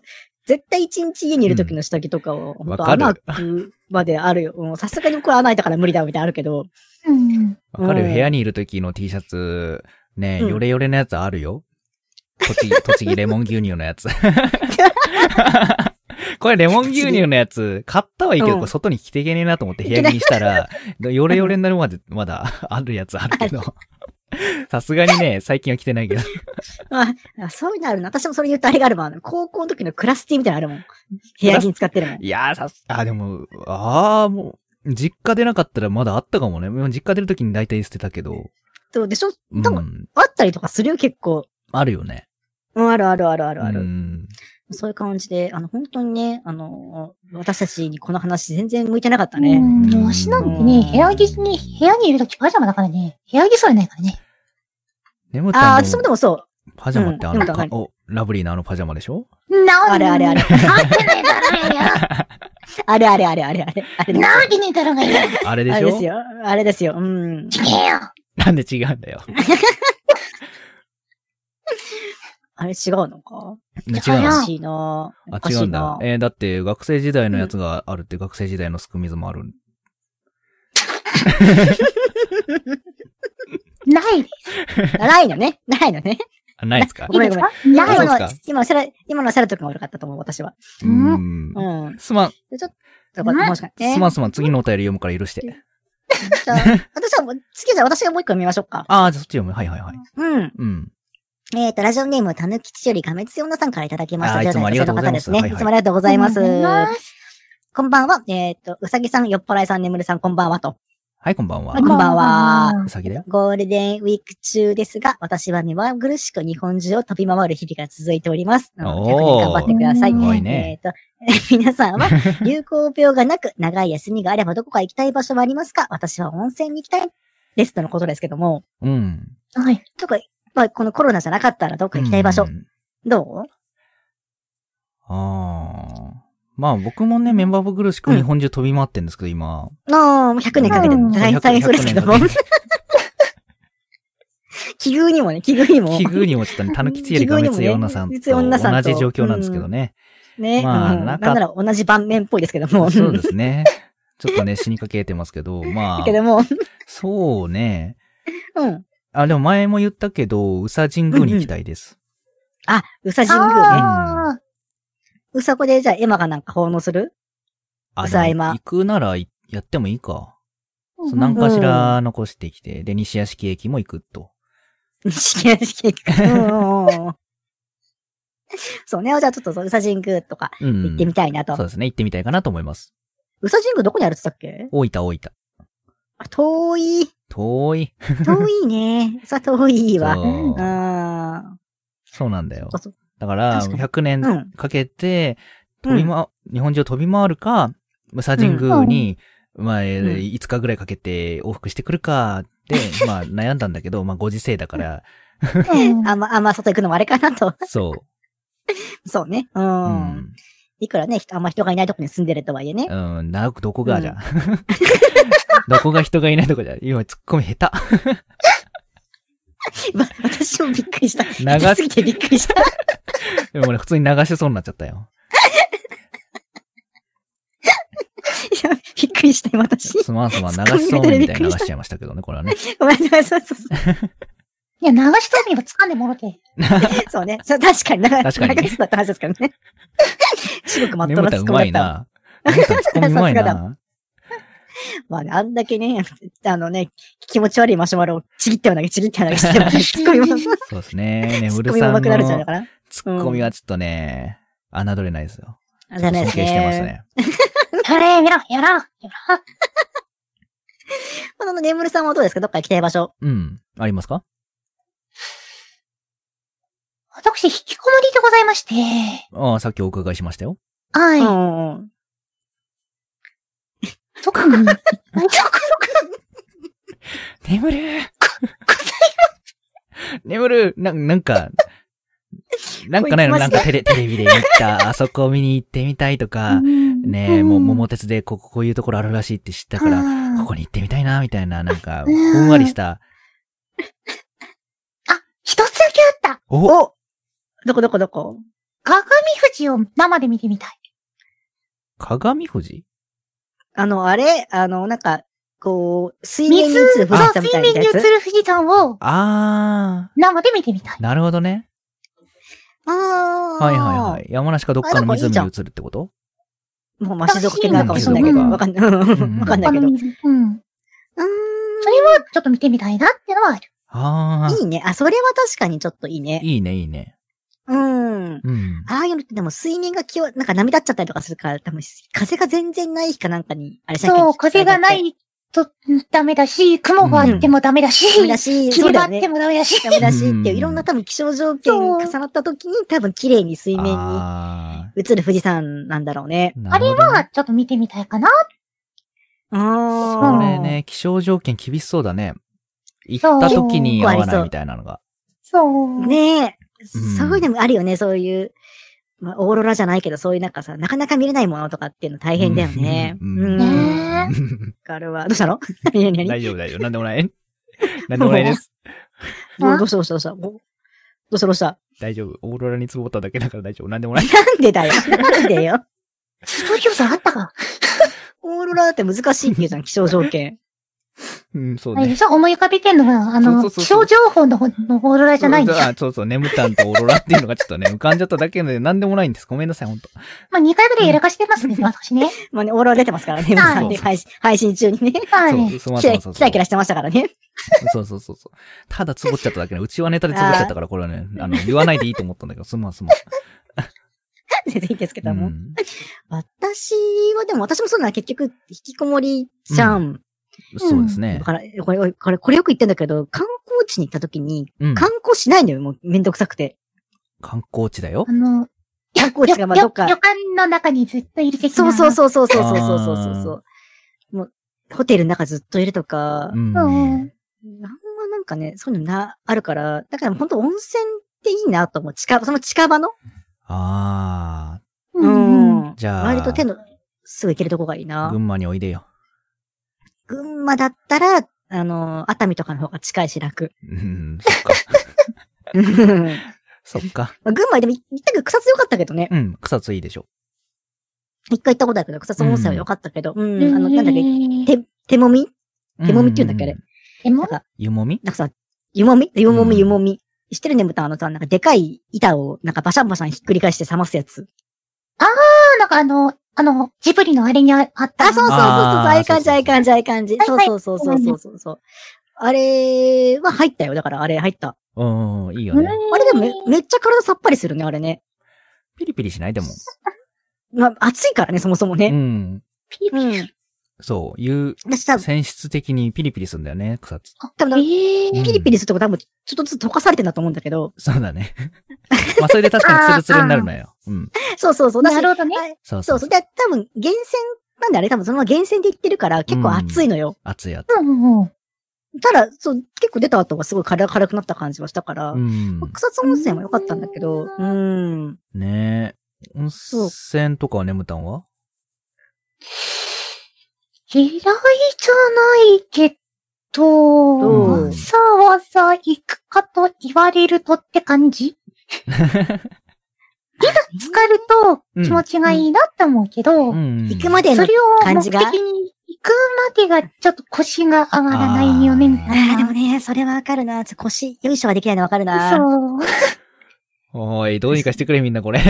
Speaker 1: 絶対一日家にいる時の下着とかを、ほんと
Speaker 2: わか
Speaker 1: 穴
Speaker 2: る
Speaker 1: 開くまであるよ。もうさすがにこれ穴開いたから無理だみたいなのあるけど。
Speaker 3: うん。
Speaker 2: わかるよ
Speaker 1: うん
Speaker 2: 部屋にいる時の T シャツ、ね、
Speaker 1: うん
Speaker 2: ヨレヨレのやつ あるよ。栃木、栃木レモン牛乳のやつ。 これレモン牛乳のやつ、買ったはいいけど、
Speaker 1: うん
Speaker 2: これ外に着ていけねえなと思って部屋着にし たら、ヨレヨレになるまで、まだあるやつあるけど。さすがにね、最近は着て ないけど。
Speaker 1: あ、あそういうのあるな。私もそれ言うとあれがあるわ。高校の時のクラスティーみたいなのあるもん。部屋着に使ってるもん。
Speaker 2: いやー、さす、あ、でも、ああ、もう、実家出なかったらまだあったかもね。もう実家出るときに大体捨てたけど。
Speaker 1: そうでしょ
Speaker 2: う
Speaker 1: 多分、
Speaker 2: ん。
Speaker 1: あったりとかするよ、結構。
Speaker 2: あるよね。
Speaker 1: うん、あるあるあるあるある。
Speaker 2: うん。
Speaker 1: そういう感じで、あの、本当にね、あの、私たちにこの話全然向いてなかった
Speaker 3: う
Speaker 1: ね。
Speaker 3: ん、もう足なんてね、部屋着に、部屋にいるときパジャマだからね、部屋着それないからね。
Speaker 2: ね
Speaker 1: あ
Speaker 2: む
Speaker 1: あ、
Speaker 2: たん
Speaker 1: 私もで
Speaker 2: の
Speaker 1: もそう。
Speaker 2: パジャマってあ
Speaker 1: うん
Speaker 2: の
Speaker 1: でも
Speaker 2: パ、お、ラブリーのあのパジャマでしょ
Speaker 3: な
Speaker 1: あれあれあれ
Speaker 3: なわけねえだろうがよ。
Speaker 1: あれあれあれあれあれ。あれ
Speaker 3: なわけねえだろうがよ。
Speaker 2: あれで
Speaker 1: あ
Speaker 2: し
Speaker 1: れです
Speaker 2: ょ
Speaker 1: よ。あれですよ。うん。
Speaker 3: ちげえよ。
Speaker 2: なんで違うん だよ。
Speaker 1: あれ違うのか
Speaker 2: ね違
Speaker 3: 違
Speaker 2: う
Speaker 3: う
Speaker 2: の
Speaker 3: よ
Speaker 1: おかしいな
Speaker 2: あ
Speaker 1: お、か
Speaker 2: 違
Speaker 1: し
Speaker 2: う
Speaker 1: い
Speaker 2: んだ
Speaker 1: な。
Speaker 2: えーだって学生時代のやつがあるって、学生時代のすくみずもある。
Speaker 3: ないです。
Speaker 1: ないのね。ないのね。
Speaker 2: あ、ないですか
Speaker 1: ごめんごめん
Speaker 3: いいで
Speaker 1: 今
Speaker 3: すかない
Speaker 2: そう
Speaker 1: の
Speaker 2: です
Speaker 1: は
Speaker 2: か、
Speaker 1: 今のセラ、今のはセラト君が悪かったと思う、私は。
Speaker 2: う
Speaker 3: うんん。
Speaker 1: うん。
Speaker 2: すまん。
Speaker 1: でちょっと、もしかして。
Speaker 2: すまんすまん。次のお便り読むから許して。
Speaker 1: じゃあ、私はもう、次はじゃあ私がもう一個見ましょうか。
Speaker 2: ああ、じゃあそっち読む。はいはいはい。
Speaker 1: うん。
Speaker 2: うん。
Speaker 1: えっ、と、ラジオネーム、たぬきちより亀津よなさんからいただきました。
Speaker 2: あーいつもありがとうございます
Speaker 1: 女性の方ですね
Speaker 2: はいはい
Speaker 1: いつもありがとうございます。
Speaker 3: ありがとうございます
Speaker 1: こんばんは。えっ、と、うさぎさん、よっぽらいさん、ねむるさん、こんばんはと。
Speaker 2: はい、こんばんは
Speaker 1: こん。ばんは
Speaker 2: うさぎだよ。
Speaker 1: ゴールデンウィーク中ですが、私は目まぐるしく日本中を飛び回る日々が続いております。なので逆
Speaker 2: おー
Speaker 1: に頑張ってください。
Speaker 3: す
Speaker 2: ごいね
Speaker 1: えーと、皆 さ んは流行病がなく、長い休みがあればどこか行きたい場所はありますか私は温泉に行きたいですとのことですけども、
Speaker 2: うん。
Speaker 3: はい。
Speaker 1: とか、まあ、このコロナじゃなかったらどこか行きたい場所、
Speaker 2: うん
Speaker 1: どう
Speaker 2: ああ。まあ僕もね、メンバー僕苦しく日本中飛び回ってんですけど、今。
Speaker 1: ああ、もう100年かけて
Speaker 3: うん
Speaker 1: 大変大変そうですけども
Speaker 2: 100。
Speaker 1: 奇遇にもね、奇遇にも。
Speaker 2: 奇遇に落ちたね。たぬきつやりがめつよなさんと
Speaker 1: 奇
Speaker 2: 同
Speaker 1: 遇にもね
Speaker 2: じ状況なんですけどね。
Speaker 1: ね。
Speaker 2: まあ
Speaker 1: うん
Speaker 2: な
Speaker 1: な
Speaker 2: かっ
Speaker 1: んなら同じ盤面っぽいですけども。
Speaker 2: そうで すね。ちょっとね、死にかけてますけど、まあ
Speaker 1: だけ、ども、
Speaker 2: そうね。
Speaker 1: うん。
Speaker 2: あ、でも前も言ったけど、宇佐神宮に行きたいです。
Speaker 1: あ、宇佐神宮ね。
Speaker 3: ああ、
Speaker 1: 宇佐子でじゃあエマがなんか奉納す る宇
Speaker 2: あ
Speaker 1: 佐
Speaker 2: でも
Speaker 1: 山
Speaker 2: 行くならい、やってもいいか。そう何かしら残してきて、で、西屋敷駅も行くと。
Speaker 1: 錦屋敷うんうんうん。そうね。じゃあちょっとそう宇佐神宮とか
Speaker 2: うん。
Speaker 1: 行ってみたいなと。
Speaker 2: そうですね。行ってみたいかなと思います。
Speaker 1: 宇佐神宮どこにあるって言ったっけ
Speaker 2: 大分、大分。
Speaker 1: あ遠い。
Speaker 2: 遠い。
Speaker 1: 遠いね。そりゃ遠いわ。
Speaker 2: そう
Speaker 1: うーん。
Speaker 2: そうなんだよ
Speaker 1: そ。うそう
Speaker 2: だから、
Speaker 1: 確かに
Speaker 2: 100
Speaker 1: う
Speaker 2: 年
Speaker 1: ん
Speaker 2: かけて、飛びま、日本中を飛び回るか、武蔵神宮に、まあ、え
Speaker 1: うん
Speaker 2: ー5日ぐらいかけて往復してくるか、 で、まあ、悩んだんだけど、まあ、ご時世だから、
Speaker 3: うん
Speaker 1: あんま、あんま外行くのもあれかなと。
Speaker 2: そ
Speaker 1: そうね。う。
Speaker 2: う。うんん。
Speaker 1: いくらね、人あんま人がいないとこに住んでるとはいえ ね。
Speaker 2: うん、な、どこがじゃん。 どこが人がいないとこじゃん。今、ツッコミ下手。
Speaker 1: ま私もびっくりした。
Speaker 2: 長
Speaker 1: 長すぎてびっくりした。
Speaker 2: でも俺、普通に流しそうになっちゃっ たよ。
Speaker 1: いやびっくりした、今私。
Speaker 2: すまんすまん、流しそうみたいに流しちゃいましたけどね、これはね。
Speaker 1: ごめんなさい、そうそうそう。
Speaker 3: いや、流しそうには掴んでもろて。
Speaker 1: そうね。そう確かに、長
Speaker 2: 確かに
Speaker 1: 長い人だった話ですからね。 中 国まっと
Speaker 2: 眠
Speaker 1: うな
Speaker 2: た
Speaker 1: ツ
Speaker 2: う
Speaker 1: ッコミだ
Speaker 2: ま
Speaker 1: ったわ。
Speaker 2: いな。眠たツッコミうま い
Speaker 1: さすが
Speaker 2: な。
Speaker 1: まあね、あんだけね、あのね、気持ち悪いマシュマロをちぎっては投げ、ちぎっては投げしても、 ツッコミも、ツ
Speaker 2: そうですね。ねむ
Speaker 1: ッ
Speaker 2: る
Speaker 1: コミ
Speaker 2: さ
Speaker 1: も
Speaker 2: ん
Speaker 1: 上手くなるんじゃない
Speaker 2: の
Speaker 1: かな。
Speaker 2: ツッコミはちょっとね、侮れないですよ。
Speaker 1: あじゃない
Speaker 2: 尊
Speaker 1: です
Speaker 2: 敬してます
Speaker 1: ね。
Speaker 2: ね。
Speaker 3: それ、やろう、やろう、やろう。
Speaker 1: このねむるさんはどうですかどっか行きたい場所。
Speaker 2: うん。ありますか
Speaker 3: 私、引きこもりでございまして。
Speaker 2: ああ、さっきお伺いしましたよ。
Speaker 3: は
Speaker 1: う
Speaker 3: い。
Speaker 1: んうん。
Speaker 3: 特 に、特に
Speaker 2: 眠る 眠るな、なんか、なんかないの
Speaker 1: こいつマジで
Speaker 2: なんかテレテレビで行った、あそこ見に行ってみたいとか、ねえ、もう、桃鉄でこここういうところあるらしいって知ったから、
Speaker 3: ら
Speaker 2: ここに行ってみたいな、みたいな、なんか、ふ
Speaker 3: う
Speaker 2: ん
Speaker 3: ん
Speaker 2: わりした、
Speaker 3: あ、一つだけあった。
Speaker 2: お
Speaker 1: おどこどこどこ
Speaker 3: 鏡富士を生で見てみたい。
Speaker 2: 鏡富士
Speaker 1: あの、あれあの、なんか、こう、水面に
Speaker 3: 水、
Speaker 1: 映
Speaker 3: そ
Speaker 1: る
Speaker 3: う、
Speaker 1: 富士山みた
Speaker 3: 水
Speaker 1: い
Speaker 3: 面
Speaker 1: な
Speaker 3: に
Speaker 1: や
Speaker 3: 映
Speaker 1: つ。
Speaker 3: る富士山を
Speaker 2: あ
Speaker 3: 生で見てみたい
Speaker 2: ー、。なるほどね。
Speaker 1: ああ。
Speaker 2: はいはいはい。山梨かどっかの湖に映るってこと
Speaker 1: もう、まあ、静岡県なのかもしれないけど、
Speaker 3: うん
Speaker 1: わかんない。うんわかんないけど。う
Speaker 3: 水。うん。そ
Speaker 1: ー
Speaker 3: れはちょっと見てみたいなってのはある。
Speaker 2: ああ
Speaker 1: ん。いいね。あ、それは確かにちょっといいね。
Speaker 2: いいね、いいね。
Speaker 1: うん。
Speaker 2: うん。
Speaker 1: ああいうのってでも水面が気を、なんか波立っちゃったりとかするから、多分風が全然ない日かなんかに、あれしなきゃ
Speaker 3: そう、風がな。いとダメだし、雲があってもダメだし、
Speaker 1: ダメだし、そう
Speaker 3: 霧
Speaker 1: だ
Speaker 3: があ
Speaker 1: よ
Speaker 3: っ
Speaker 1: ね
Speaker 3: て。もダメだし。
Speaker 1: ダメだしっていうう、
Speaker 2: ん
Speaker 1: いろんな多分気象条件重なった時に、多分綺麗に水面に
Speaker 2: あ
Speaker 1: 映る富士山なんだろうね。
Speaker 2: ーな
Speaker 3: あ
Speaker 2: る
Speaker 3: れ
Speaker 2: ほど
Speaker 3: はちょっと見てみたいか
Speaker 1: あ
Speaker 3: な。
Speaker 1: あ。
Speaker 2: これね、気象条件厳しそうだね。行った時に合わないみたいなのが。
Speaker 3: そう。
Speaker 1: ねえ。
Speaker 2: うん
Speaker 1: そういうのもあるよね、そういう。まあ、オーロラじゃないけど、そういうなんかさ、なかなか見れないものとかっていうの大変だよね。
Speaker 2: う
Speaker 1: うんん。
Speaker 3: ねえ
Speaker 1: あれは、どうしたの 何何何
Speaker 2: 大丈夫、大丈夫。なんでもない。 なんでもないです。
Speaker 1: どうどうしたどうしたどうしたおどうしたどうした
Speaker 2: 大丈夫。オーロラにつぼっただけだから大丈夫。なんでもない。
Speaker 1: なんでだよ。なんでよ。
Speaker 3: ストリオさんあったか。
Speaker 1: オーロラだって難しいっていうじゃん、気象条件。
Speaker 2: うん、そう
Speaker 3: あれで
Speaker 2: ね。
Speaker 3: しょ思い浮かべてんのが、あの、
Speaker 2: そうそう
Speaker 3: 気
Speaker 2: そう
Speaker 3: 象情報のほのオーロラじゃないんでしょ
Speaker 2: あそうそう、眠たんとオーロラっていうのがちょっとね、浮かんじゃっただけなので、なんでもないんです。ごめんなさい、ほんと。
Speaker 3: まあ、2回ぐらいやらかしてますね、私ね。
Speaker 1: まあね、オーロラ出てますからね、皆さんね、
Speaker 2: そう
Speaker 1: 配信配信中にね。
Speaker 3: まあ
Speaker 2: そ
Speaker 3: ね
Speaker 2: う、。すまん
Speaker 1: キ
Speaker 2: すま
Speaker 1: ラ
Speaker 2: ん
Speaker 1: キ
Speaker 2: そう
Speaker 1: ラキラしてましたからね。
Speaker 2: そうそうそうそう。ただつぼっちゃっただけな。うちはネタでつぼっちゃったから、これはね、あの、言わないでいいと思ったんだけど、すまんすまん。
Speaker 1: 全然いいですけど
Speaker 2: う
Speaker 1: も。
Speaker 2: ん
Speaker 1: 私はでも、私もそうなの結局、引きこもりじゃん。
Speaker 2: そうですね
Speaker 1: だ。から、これ、これ、これよく言ってんだけど、観光地に行った時に、
Speaker 2: うん。
Speaker 1: 観光しないのよ、もうめんどくさくて。
Speaker 2: 観光地だよ
Speaker 3: あ。の、
Speaker 1: 観光地がまあ
Speaker 3: よ
Speaker 1: どっか
Speaker 3: 旅館の中にずっといる的
Speaker 1: そう
Speaker 3: な。
Speaker 1: そうそうそうそうそうそう
Speaker 2: あ
Speaker 1: そう
Speaker 2: ー
Speaker 1: そう。もう、ホテルの中ずっといるとか、
Speaker 2: うん。
Speaker 3: うん
Speaker 1: なんはなんかね、そういうのな、あるから、だから本当温泉っていいなと思う。近、その近場の
Speaker 2: あ
Speaker 3: う。うん。
Speaker 1: うん
Speaker 2: じゃあ
Speaker 1: 割と手の、すぐ行けるとこがいいな
Speaker 2: あ、。群馬においでよ。
Speaker 1: 群馬だったら、あの、熱海とかの方が近いし 楽。
Speaker 2: うん、そっか。
Speaker 1: うん
Speaker 2: そっか。
Speaker 1: まあ群馬でも行ったけど草津良かったけどね。
Speaker 2: うん、草津いいでしょ。
Speaker 1: 一回行ったことあるけど、草津温泉は良かったけど、うん、あの、なんだっけ、
Speaker 3: け
Speaker 1: 手、手もみ手もみって言うんだっけあれ
Speaker 2: う
Speaker 3: でも、
Speaker 2: 湯もみ
Speaker 1: なんかさ、湯もみ湯も
Speaker 2: うん
Speaker 1: み湯もみ。知ってるね、ぶたあのさ、なんかでかい板を、なんかバシャンバシャンひっくり返して冷ますやつ。
Speaker 3: なんかあの、あの、ジブリのあれにああった。
Speaker 1: あ、そうそうそうそう、
Speaker 2: あー
Speaker 1: ああいう感じ、ああいう感じ、ああいう感じ。
Speaker 3: はい
Speaker 1: そう
Speaker 3: はい
Speaker 1: そうそうそうそうそうそう。あれは入ったよ。だからあれ入った。
Speaker 2: うん、いいよ
Speaker 3: うん。
Speaker 2: ね。
Speaker 1: あれでもめめっちゃ体さっぱりするね、あれね。
Speaker 2: ピリピリしないでも。
Speaker 1: まあ、暑いからね、そもそも
Speaker 2: う
Speaker 1: ね。
Speaker 2: ん。
Speaker 3: ピリ
Speaker 1: う
Speaker 3: ピ
Speaker 1: ん。
Speaker 2: そう、湯、
Speaker 1: 私多分、
Speaker 2: 泉質的にピリピリするんだよね、草津。
Speaker 1: 多分、
Speaker 3: リ。え
Speaker 2: うん
Speaker 1: ピリピリするとこ多分、ちょっとずつ溶かされてんだと思うんだけど。
Speaker 2: そう だね。まあ、それで確かにツルツルになるのよ。うん。
Speaker 1: そうそうそう。
Speaker 3: ー、
Speaker 1: だし
Speaker 3: なるほどね。
Speaker 1: あ
Speaker 2: そうそ
Speaker 1: そううそう。で、多分、源泉なんであれ多分そのまま源泉で行ってるから、結構暑いのよ。
Speaker 2: 熱いやつ。
Speaker 3: うんうんうん。
Speaker 1: ただ、そう、結構出た後がすごい軽軽くなった感じはしたから、
Speaker 2: うん。
Speaker 1: 草津温泉は良かったんだけど、
Speaker 3: う
Speaker 1: うん。
Speaker 2: ねえ。温泉とかは眠たんは
Speaker 3: 嫌いじゃないけ
Speaker 1: ど
Speaker 3: ど、
Speaker 1: う
Speaker 3: わざわざ行くかと言われるとって感じ浸かる
Speaker 2: う
Speaker 3: と
Speaker 2: ん
Speaker 3: 気持ちがいいなって思うけど、
Speaker 2: うん。
Speaker 1: 行くまで
Speaker 3: そ
Speaker 1: の、
Speaker 3: れを目
Speaker 1: 感じ
Speaker 3: 的
Speaker 1: が
Speaker 3: に行くまでがちょっと腰が上がらないよね、みた
Speaker 1: あ
Speaker 3: い
Speaker 1: あ、でも
Speaker 3: な。
Speaker 1: ね、それはわかるな。ちょ腰、よいしょはできないのわかる な。
Speaker 3: そう。
Speaker 2: おい、どうにかしてくれみんな これ。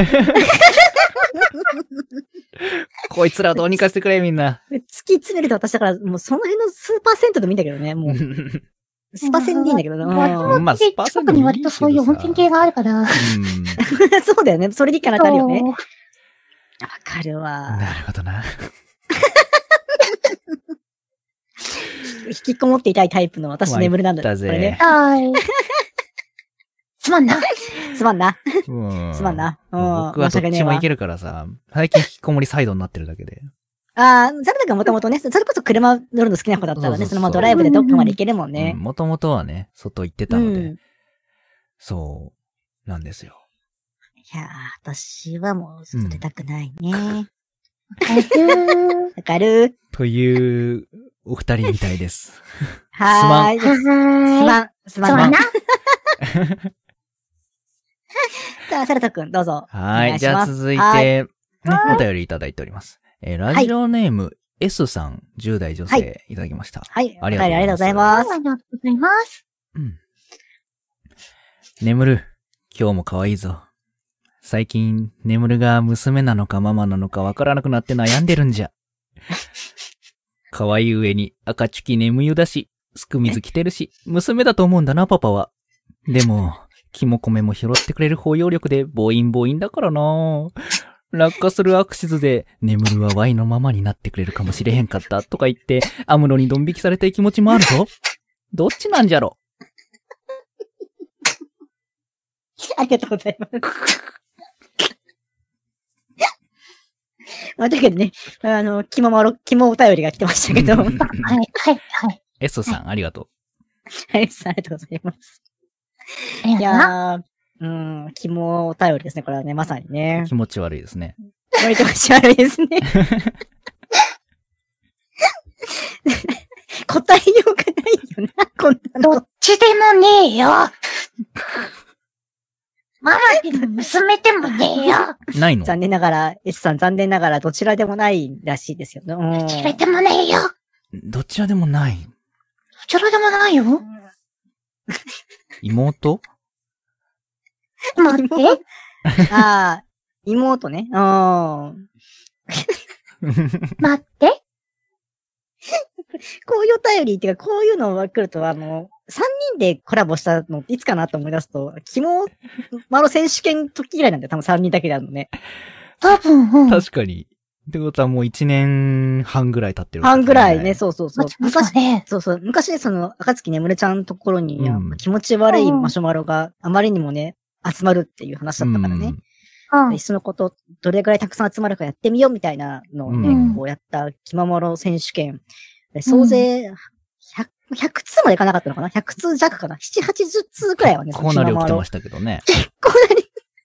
Speaker 2: こいつらどうにかしてくれみ んな。
Speaker 1: 突き詰めると私だから、もうその辺の数パーセントでもいいんだけどね、もう。スパセンでいいんだけどな。
Speaker 2: う
Speaker 1: うんん
Speaker 2: まあ
Speaker 3: で
Speaker 2: スパーソ
Speaker 3: 近
Speaker 2: ン
Speaker 3: く
Speaker 2: でもいいけどさ
Speaker 3: に割とそういう温泉系があるから。
Speaker 2: う
Speaker 1: そうだよね。それでいいかなってあるよね。わ
Speaker 3: そう
Speaker 1: かる
Speaker 2: ん。
Speaker 1: わ。
Speaker 2: なるほどな。
Speaker 1: 引きこもっていたいタイプの 私眠るなんだ
Speaker 2: 参っ
Speaker 1: こ
Speaker 2: たぜ
Speaker 1: れね。
Speaker 3: はい。つまんな。
Speaker 1: すまんな。
Speaker 2: うん。
Speaker 1: すまんなうん
Speaker 2: 僕はどっちもいけるからさ、最近引きこもりサイドになってるだけで。
Speaker 1: ああ、ザルダがもともとね、それこそ車乗るの好きな子だったらね、
Speaker 2: そう
Speaker 1: そ
Speaker 2: そうそう
Speaker 1: のままドライブでどっかまで行けるもんね。
Speaker 2: もともとはね、外行ってた
Speaker 1: う
Speaker 2: の
Speaker 1: ん。
Speaker 2: で
Speaker 1: い、
Speaker 2: そう、なんですよ。
Speaker 1: やー、私はもう外出たくないね。
Speaker 3: 大丈
Speaker 1: わかる
Speaker 2: という、お二人みた いです。
Speaker 1: はーい。
Speaker 3: 夫
Speaker 1: すまん、す
Speaker 3: そう
Speaker 1: ま
Speaker 3: だ
Speaker 1: ん
Speaker 3: な
Speaker 1: な。。さあ、サルト君、どうぞ。
Speaker 2: は
Speaker 1: お願
Speaker 2: い。
Speaker 1: い
Speaker 2: じ
Speaker 1: し
Speaker 2: ゃ
Speaker 1: ま
Speaker 2: あ
Speaker 1: す
Speaker 2: 続い
Speaker 1: は
Speaker 2: て、ね、お便りいただいております。えーラジオネーム、S さん、10代女
Speaker 1: は
Speaker 2: 性、いただきました。
Speaker 1: はい。
Speaker 2: あり
Speaker 1: お便りあり
Speaker 2: が
Speaker 1: が
Speaker 2: と
Speaker 1: と
Speaker 2: う
Speaker 1: う
Speaker 2: ご
Speaker 1: ございま
Speaker 2: ざい
Speaker 3: あり
Speaker 1: す。
Speaker 3: がとうございます。
Speaker 2: うん眠る。今日も可愛いぞ。最近、眠るが娘なのかママなのかわからなくなって悩んでるんじゃ。 可愛い上に赤チュキ眠湯だし、すく水着てるし、娘だと思うんだな、パパは。でも、キモコメも拾ってくれる包容力でボインボインだからな落下するアクシズで、眠るは Y のままになってくれるかもしれへんかったとか言って、アムロにドン引きされたい気持ちもあるぞ。どっちなんじゃろ
Speaker 1: ありがとうござい ます。まあ、というわけでね、あの、肝もろ、肝お便りが来てましたけど、はい、
Speaker 3: はい、はい、はい。
Speaker 2: S さん、ありがと
Speaker 1: ありがとうございます。
Speaker 3: あり
Speaker 1: い
Speaker 3: がとうな。
Speaker 1: やー、うん、肝お便りですね、これはね、まさに ね
Speaker 2: う。。気持ち悪いですね。
Speaker 1: 割と口悪い ですね。答えようがないよな、こんなの。
Speaker 3: どっちでもねえよ。ママでも娘でもねえよ。
Speaker 2: ないの
Speaker 1: 残念ながら、S さん残念ながらどちらでもないらしいですよね。うん
Speaker 3: どちらでもねえよ。ど
Speaker 2: どちらでもない。
Speaker 3: ちらでもないよ。
Speaker 2: 妹
Speaker 3: 待って。
Speaker 1: ああ、妹ね。うん。
Speaker 3: 待って。
Speaker 1: こういうお便りっていうか、こういうのが来ると、あの、三人でコラボしたのっていつかなと思い出すと、肝、マロ選手権時以来なんだよ。多分三人だけなのね。
Speaker 3: 多分、う ん。
Speaker 2: 確かに。ってことはもう一年半ぐらい経ってる。
Speaker 1: 半ぐらいね、。そうそうそう
Speaker 3: 待。って
Speaker 1: 昔
Speaker 3: ますね。
Speaker 1: そうそう。昔ね、その、赤月ねむれちゃんのところに、
Speaker 2: うん
Speaker 1: あの気持ち悪いマシュマロがあまりにもね、集まるっていう話だったからね。
Speaker 3: うん。
Speaker 1: いっそのこと、どれぐらいたくさん集まるかやってみようみたいなのをね、
Speaker 2: うん
Speaker 1: こうやった気ままろ選手権。で総勢100、100通までいかなかったのかな ?100 通弱かな ?7、80通くらいはね、
Speaker 2: コーナ量来てま
Speaker 1: し
Speaker 2: したけ どね。
Speaker 1: た。こん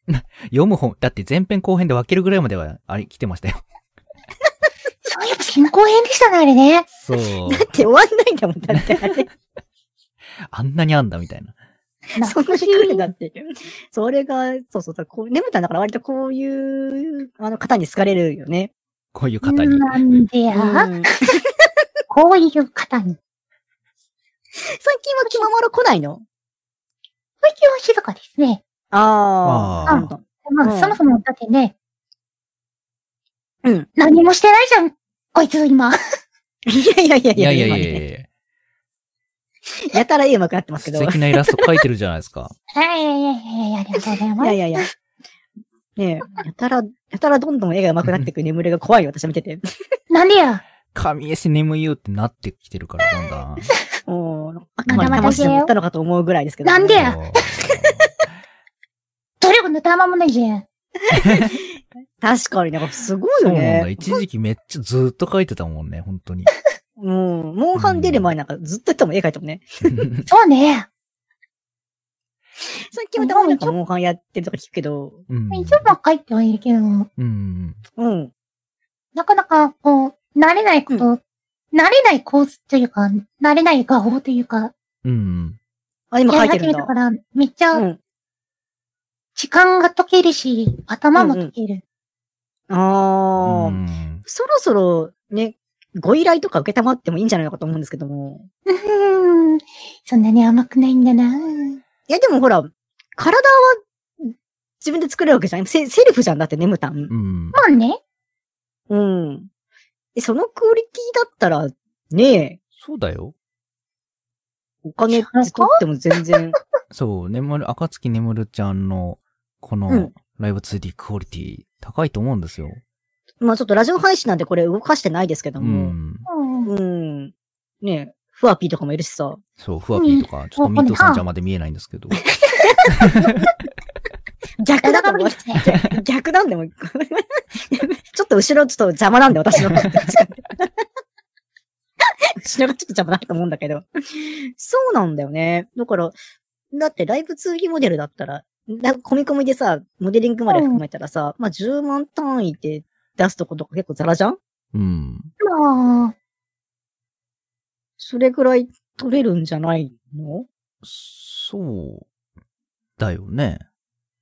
Speaker 1: なに
Speaker 2: 読む本、だって前編後編で分けるぐらいまでは、あれ、来てましたよ。
Speaker 3: そういえば先行編でしたね、あれね。
Speaker 2: そう。
Speaker 1: だって終わんないんだもん、だってあれ。
Speaker 2: あんなにあんだ、みたいな。
Speaker 1: そんなに来るんだって。それが、そうそう、だからこう、眠たんだから割とこういう、あの、方に好かれるよね。
Speaker 2: こういう方に。
Speaker 3: なんでや、
Speaker 1: うん
Speaker 3: こういう方に。
Speaker 1: 最近は気ままろ来ないの
Speaker 3: 最近は静かですね。
Speaker 1: ああ。
Speaker 2: あー
Speaker 1: なんだ
Speaker 3: まあ、
Speaker 1: うん
Speaker 3: そもそも、だってね。
Speaker 1: うん。
Speaker 3: 何もしてないじゃん。こいつ、今。
Speaker 1: いやいやい
Speaker 2: い
Speaker 1: や
Speaker 2: やい
Speaker 1: いや
Speaker 2: やいや
Speaker 1: 今
Speaker 2: い
Speaker 1: ね
Speaker 2: やいや。
Speaker 1: やたら絵上手くなってますけ
Speaker 2: 素
Speaker 1: ど。い
Speaker 2: 敵なイラスト描いてるじゃないですか。
Speaker 3: はい、いやいやいや、ありがとうございま
Speaker 1: や
Speaker 3: す。
Speaker 1: いやいや。ねえ、やたら、やたらどんどん絵が上手くなってい く眠れが怖いよ、私は見 てて。
Speaker 3: なんでや。
Speaker 2: 神絵師眠いよってなってきてるから、だん だん。
Speaker 1: もう、あか
Speaker 2: まだ
Speaker 1: ま
Speaker 2: まだ
Speaker 1: で魂を持ったのかと思うぐらいですけど、
Speaker 3: なんでや
Speaker 2: そう
Speaker 3: 努力の玉もないじゃん。
Speaker 1: 確かになんかすごい
Speaker 2: そ
Speaker 1: よ
Speaker 2: うなんだ。
Speaker 1: ね。
Speaker 2: 一時期めっちゃずーっと描いてたもんね、本当に。
Speaker 1: うん。モンハン出る前なんかずっとやってもん絵描いてもんね。
Speaker 3: そうね。
Speaker 1: 最近歌もなんかモンハンやってるとか聞くけど、
Speaker 2: うん。
Speaker 3: 一応は書いてはいるけど、
Speaker 2: うん。
Speaker 1: うん。
Speaker 3: なかなか、こう、慣れないこと、慣れない構図というか、慣れない画法というか、
Speaker 2: うん。
Speaker 1: あ、今
Speaker 3: や
Speaker 1: 描
Speaker 3: り
Speaker 1: いてるん
Speaker 3: 始めた
Speaker 1: だ
Speaker 3: か。ら、めっち
Speaker 1: う
Speaker 3: ゃ
Speaker 1: ん。
Speaker 3: 時間が解けるし、頭も解ける。
Speaker 1: ああ、
Speaker 2: うん
Speaker 1: そろそろね、ご依頼とか受けたまってもいいんじゃないのかと思うんですけども。
Speaker 3: うーん、そんなに甘くないんだな。
Speaker 1: いや、でもほら、体は自分で作れるわけじゃないセセルフじゃんだって眠たん
Speaker 2: う。ん。
Speaker 3: まあね。
Speaker 1: うん。え、そのクオリティだったら、ねえ、
Speaker 2: そうだよ。
Speaker 1: お金取っても全然。
Speaker 2: そう、眠る、赤月眠るちゃんの、こ
Speaker 1: う
Speaker 2: の
Speaker 1: ん、
Speaker 2: ライブ 2D クオリティ、高いと思うんですよ。
Speaker 1: まあちょっとラジオ配信なんでこれ動かしてないですけ
Speaker 2: う
Speaker 1: ども。
Speaker 2: ん。
Speaker 3: うん
Speaker 1: うん。ねえ、ふわぴーとかもいるしさ。
Speaker 2: そう、ふわぴーとか、ちょっとミートさんちゃんまで見えないんですけど。
Speaker 1: 逆だと思う。
Speaker 3: ね。
Speaker 1: 逆なんでもう、 ちょっと後ろちょっと邪魔なんで私の。 後ろがちょっと邪魔だと思うんだけど。そうなんだよね。だから、だってライブ通義モデルだったら、な込み込みでさ、モデリングまで含めたらさ、まあ10万単位で出すとことか結構ザラじゃん
Speaker 2: うん。
Speaker 3: まあ、
Speaker 1: それぐらい取れるんじゃないの
Speaker 2: そう、だよね。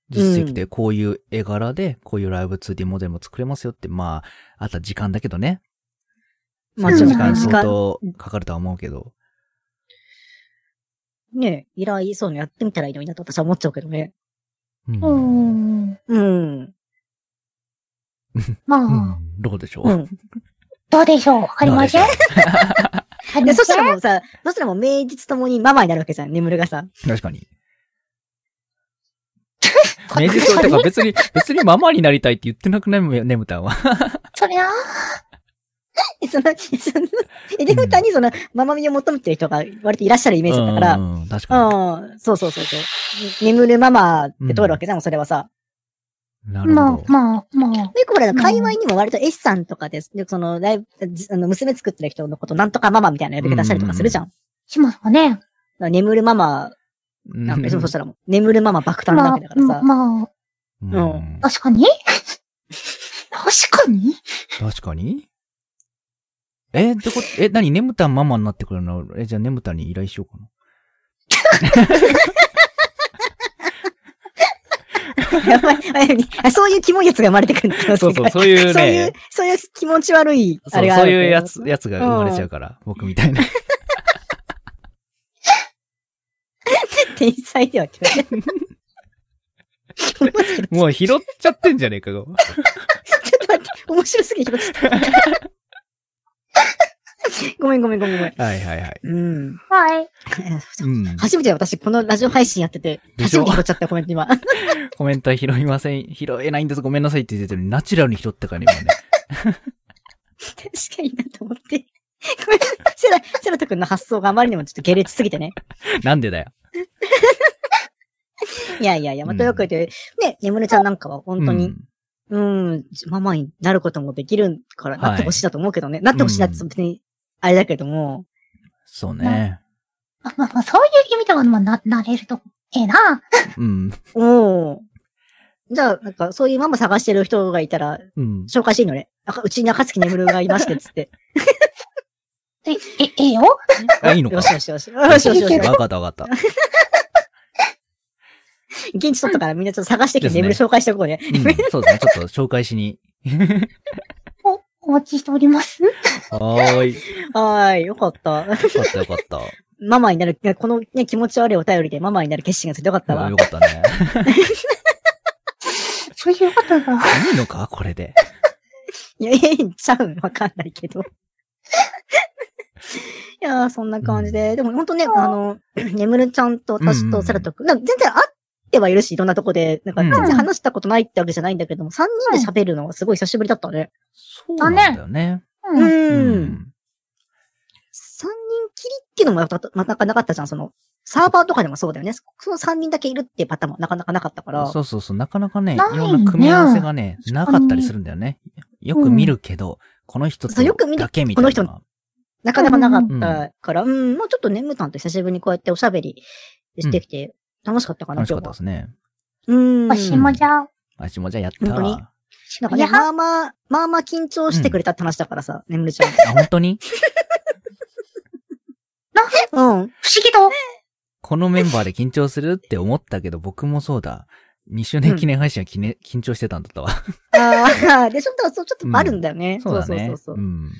Speaker 2: 実績でこういう絵柄で、こういうライブ 2D モデルも作れますよって、まあ、あとは時間だけどね。
Speaker 1: まあ
Speaker 2: 3
Speaker 1: ちょっ
Speaker 2: 時
Speaker 1: と
Speaker 2: 間
Speaker 1: 時
Speaker 2: 相
Speaker 1: 間、
Speaker 2: 当かかるとは思うけど。
Speaker 1: ね、依頼そういうのやってみたらいいのになと私は思っちゃうけどね。
Speaker 2: うん
Speaker 3: う。ん。
Speaker 1: うん。
Speaker 3: まあ、
Speaker 2: うんどうでしょ
Speaker 1: う
Speaker 2: う。
Speaker 1: ん。
Speaker 3: どうでしょうわかりません
Speaker 2: どうでし
Speaker 3: あ
Speaker 1: で、そしたらもうさ、そしたらもう名実ともにママになるわけじゃん、眠るがさ。
Speaker 2: ょう確かに。名実と、てか別に、別にママになりたいって言ってなくないねむたんは。
Speaker 3: そりゃ、
Speaker 1: えその、その、え、で、歌にその、ママみを求めてる人が割といらっしゃるイメージだったから、
Speaker 2: うんうんうん、確か
Speaker 1: うん、そうそうそうそう。ね眠るママって通るわけじゃん、それはさ。
Speaker 2: に。なるほ
Speaker 3: ま
Speaker 2: ど
Speaker 3: あ、。まあ、まあ。
Speaker 1: で、これ、界隈にも割と S さんとかです、でその、ライブ、じあの、娘作ってる人のこと、なんとかママみたいな呼び方したりとかするじゃん。だか
Speaker 3: しますかね。
Speaker 1: ら眠るママ、
Speaker 2: うん
Speaker 1: なんか、でもそしたらもう、眠るママ爆誕なわけだからさ。
Speaker 3: まあ、
Speaker 2: うん
Speaker 1: うん
Speaker 3: 確かに 確かに
Speaker 2: 確かに。え、ってこと、え、なに、ねむたんママになってくるのえ、じゃあねむたんに依頼しようかな。
Speaker 1: やばいあやばいあそういうキモいやつが生まれてくるんだ
Speaker 2: そうそう、そういう
Speaker 1: そういう
Speaker 2: ね、、
Speaker 1: そういう気持ち悪い、
Speaker 2: そ
Speaker 1: あ
Speaker 2: う
Speaker 1: れがあ
Speaker 2: そ
Speaker 1: る
Speaker 2: ういうやつ、やつが生まれちゃうから、僕み たいな。
Speaker 1: 天才では決めない思いつけど
Speaker 2: もう拾っちゃってんじゃねえかよ。
Speaker 1: ちょっと待って、面白すぎて拾っちゃった。ごめんごめんごめんごめん。
Speaker 2: はいはいはい。
Speaker 1: うん。
Speaker 3: はい。
Speaker 2: うん。
Speaker 1: 初めて私、このラジオ配信やってて、
Speaker 2: でし
Speaker 1: 初
Speaker 2: ょ
Speaker 1: めて拾っちゃったコメント今。
Speaker 2: コメントは拾いません、拾えないんです、ごめんなさいって言ってたのに、ナチュラルに拾ったからね、今ね。
Speaker 1: 確かになと思って。ごめんセラ、セラト君の発想があまりにもちょっと下劣すぎてね。
Speaker 2: なんでだよ。
Speaker 1: いやいやいや、まあ、とよく言って、ね、ねむるちゃんなんかは本当
Speaker 2: う
Speaker 1: に、
Speaker 2: ん
Speaker 1: うん、ママになることもできるから、
Speaker 2: はい
Speaker 1: なってほしいだと思うけどね。なってほしいなって別に、あれだけども、
Speaker 2: そうね。
Speaker 3: まあまあまあ、そういう意味では、まあ、な、なれると、ええな。
Speaker 2: うん。
Speaker 1: おお。じゃあ、なんか、そういうママ探してる人がいたら、
Speaker 2: うん。
Speaker 1: 紹介していいのね。あかうちに赤月眠るがいまして、つって。
Speaker 3: え、え、ええよ
Speaker 2: あ、いいのか。
Speaker 1: よしよしよし。よしよしよし。
Speaker 2: わかったわかった。
Speaker 1: 現地取ったからみんなちょっと探してき
Speaker 2: で
Speaker 1: て
Speaker 2: すね
Speaker 1: 眠る紹介しておこうね。
Speaker 2: うん、そうですね。ちょっと紹介しに。
Speaker 3: お、お待ちしております。
Speaker 2: はーい。よ
Speaker 1: はーい、よかった。
Speaker 2: かったよかった。
Speaker 1: ママになる、このね、気持ち悪いお便りでママになる決心がついてよかったわ
Speaker 2: よ。かったね。
Speaker 3: そういうことが。
Speaker 2: いいのかこれで。
Speaker 1: いや、ええんちゃうん、わかんないけど。い やー、そんな感じで。でも本当ね、あの、 眠るちゃんと私とセラト君、なんか全然会ってはいるし、いろんなとこで、なんか全
Speaker 3: うん
Speaker 1: 然話したことないってわけじゃないんだけども、3人で喋るのはすごい久しぶりだったね。
Speaker 2: そうなんだよね。
Speaker 1: う
Speaker 3: うん。
Speaker 1: ん。三人きりっていうのもまた、またなかったじゃん、その、サーバーとかでもそうだよね。そその三人だけいるっていうパターンもなかなかなかったから。
Speaker 2: そうそうそう。なかなかね、い
Speaker 3: ないね
Speaker 2: ろんな組み合わせがね、なかったりするんだよね。よく見るけど、この人と
Speaker 1: そうよく見る
Speaker 2: だけみたいな。
Speaker 1: このなかなかなかったから、うん、もうちょっとね、ムタンと久しぶりにこうやっておしゃべりしてきて、楽しかったかな、
Speaker 2: 楽しか
Speaker 1: 今日
Speaker 2: った
Speaker 1: は
Speaker 2: で。すね。
Speaker 1: うん。なん
Speaker 3: 私もじゃあ、
Speaker 2: あしもじゃあやった
Speaker 1: 本当に
Speaker 2: わ。
Speaker 1: かね、
Speaker 3: いや
Speaker 1: まあまあ、まあまあ緊張してくれたって話だからさ、ねむるちゃん。
Speaker 2: あ、本当に
Speaker 1: うん。
Speaker 3: 不思議と、
Speaker 2: このメンバーで緊張するって思ったけど、僕もそうだ。2周年記念配信はきね緊張してたんだったわ。
Speaker 1: あ あ、で、ちょっと、そうちょっとあるんだよね。
Speaker 2: そうだ
Speaker 1: そう
Speaker 2: ね。
Speaker 1: そう
Speaker 2: う
Speaker 1: そう。
Speaker 2: ん。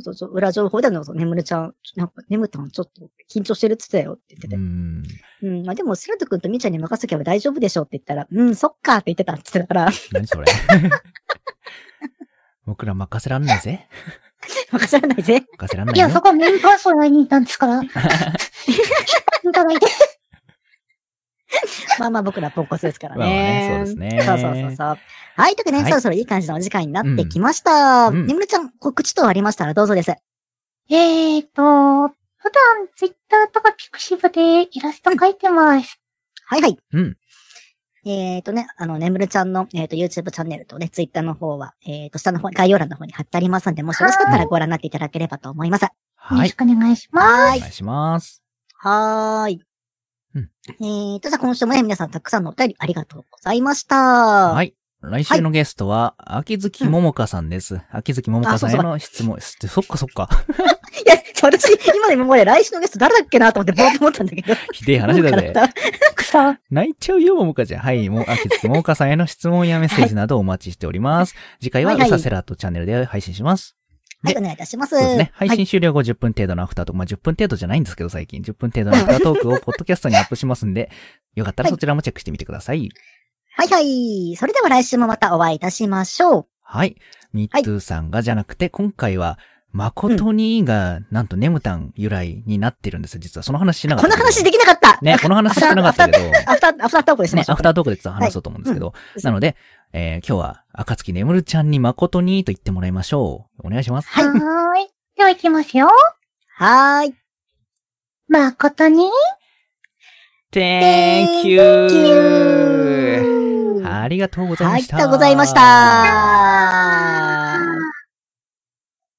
Speaker 1: そうそう裏情報での、そうねむるちゃん、なんか、ねむたんちょっと緊張してるって言ってたよって言ってて
Speaker 2: う。ん。
Speaker 1: うん、まあでも、スラト君とみーちゃんに任せとけば大丈夫でしょうって言ったら、うん、そっかって言ってたって言ってたから、
Speaker 2: 何それ僕ら任せらんないぜ。
Speaker 1: 任せられないぜ。
Speaker 2: 任せらんない
Speaker 3: い
Speaker 2: よ。
Speaker 3: や、そこはメインパーソナリティなんです から。いただいて。
Speaker 1: まあまあ僕らポンコツですから
Speaker 2: まあ
Speaker 1: ね。
Speaker 2: ねそうですね
Speaker 1: そうそうそうそう。はい、というわけでね、
Speaker 2: はい
Speaker 1: そろそろいい感じのお時間になってきました。
Speaker 2: うんうん
Speaker 1: ねむるちゃん、告知等ありましたらどうぞです。
Speaker 3: えーと、普段ツイッターとかピクシブでイラスト描いてます。
Speaker 1: はいはい。
Speaker 2: うん。
Speaker 1: えっ、とね、あの、ねむるちゃんの、えっ、と、YouTube チャンネルとね、Twitter の方は、えっ、と、下の方、概要欄の方に貼ってありますので、もしよろしかったらご覧になっていただければと思います。
Speaker 3: よ
Speaker 2: は
Speaker 3: ろ
Speaker 2: い
Speaker 3: し。くお願いします。
Speaker 2: お願いします。
Speaker 1: はーい。
Speaker 2: うん
Speaker 1: えっ、と、じゃあ今週もね、皆さんたくさんのお便りありがとうございました。
Speaker 2: はい。来週のゲストは、秋月桃香さんです。秋月桃香さんへの質問、すそっかそっか。
Speaker 1: いや、ちょ私、今の今まで来週のゲスト誰だっけなと思って、ぼーっと思ったんだけど。
Speaker 2: ひでえ話だぜ。
Speaker 3: くそ。は
Speaker 2: 泣いちゃうよ、桃香ちゃん。はい。もう、秋月桃香さんへの質問やメッセージなどお待ちしております。次回は、
Speaker 1: は
Speaker 2: う
Speaker 1: いはい
Speaker 2: さセラとチャンネルで配信します。
Speaker 1: はい、お願いいたします。
Speaker 2: そうですね。配
Speaker 1: はい。
Speaker 2: 信終了後10分程度のアフタートーク。まあ、10分程度じゃないんですけど、最近。10分程度のアフタートークをポッドキャストにアップしますんで、よかったらそちらもチェックしてみてください。
Speaker 1: はいはい。それでは来週もまたお会いいたしましょう。
Speaker 2: はい。ミッツーさんがじゃなくて、今回は、誠にが、なんとネムタン由来になってるんですよ、実は。その話しなか
Speaker 1: こ
Speaker 2: っ
Speaker 1: の
Speaker 2: た。
Speaker 1: 話できなかった
Speaker 2: ね、この話してなかったけど、ね、
Speaker 1: アフター、アフタートークでしましょ
Speaker 2: ア
Speaker 1: う
Speaker 2: フタートークで実は話そうと思うんですけど、
Speaker 1: うん
Speaker 2: なので、えー今日は、赤月眠るちゃんに誠にと言ってもらいましょう。お願いします。
Speaker 1: はい
Speaker 3: はーい。では行きますよ。
Speaker 1: はーい。
Speaker 3: 誠に。
Speaker 2: Thank
Speaker 1: you.
Speaker 2: you! ありがとうございました。
Speaker 1: ありがとうございました。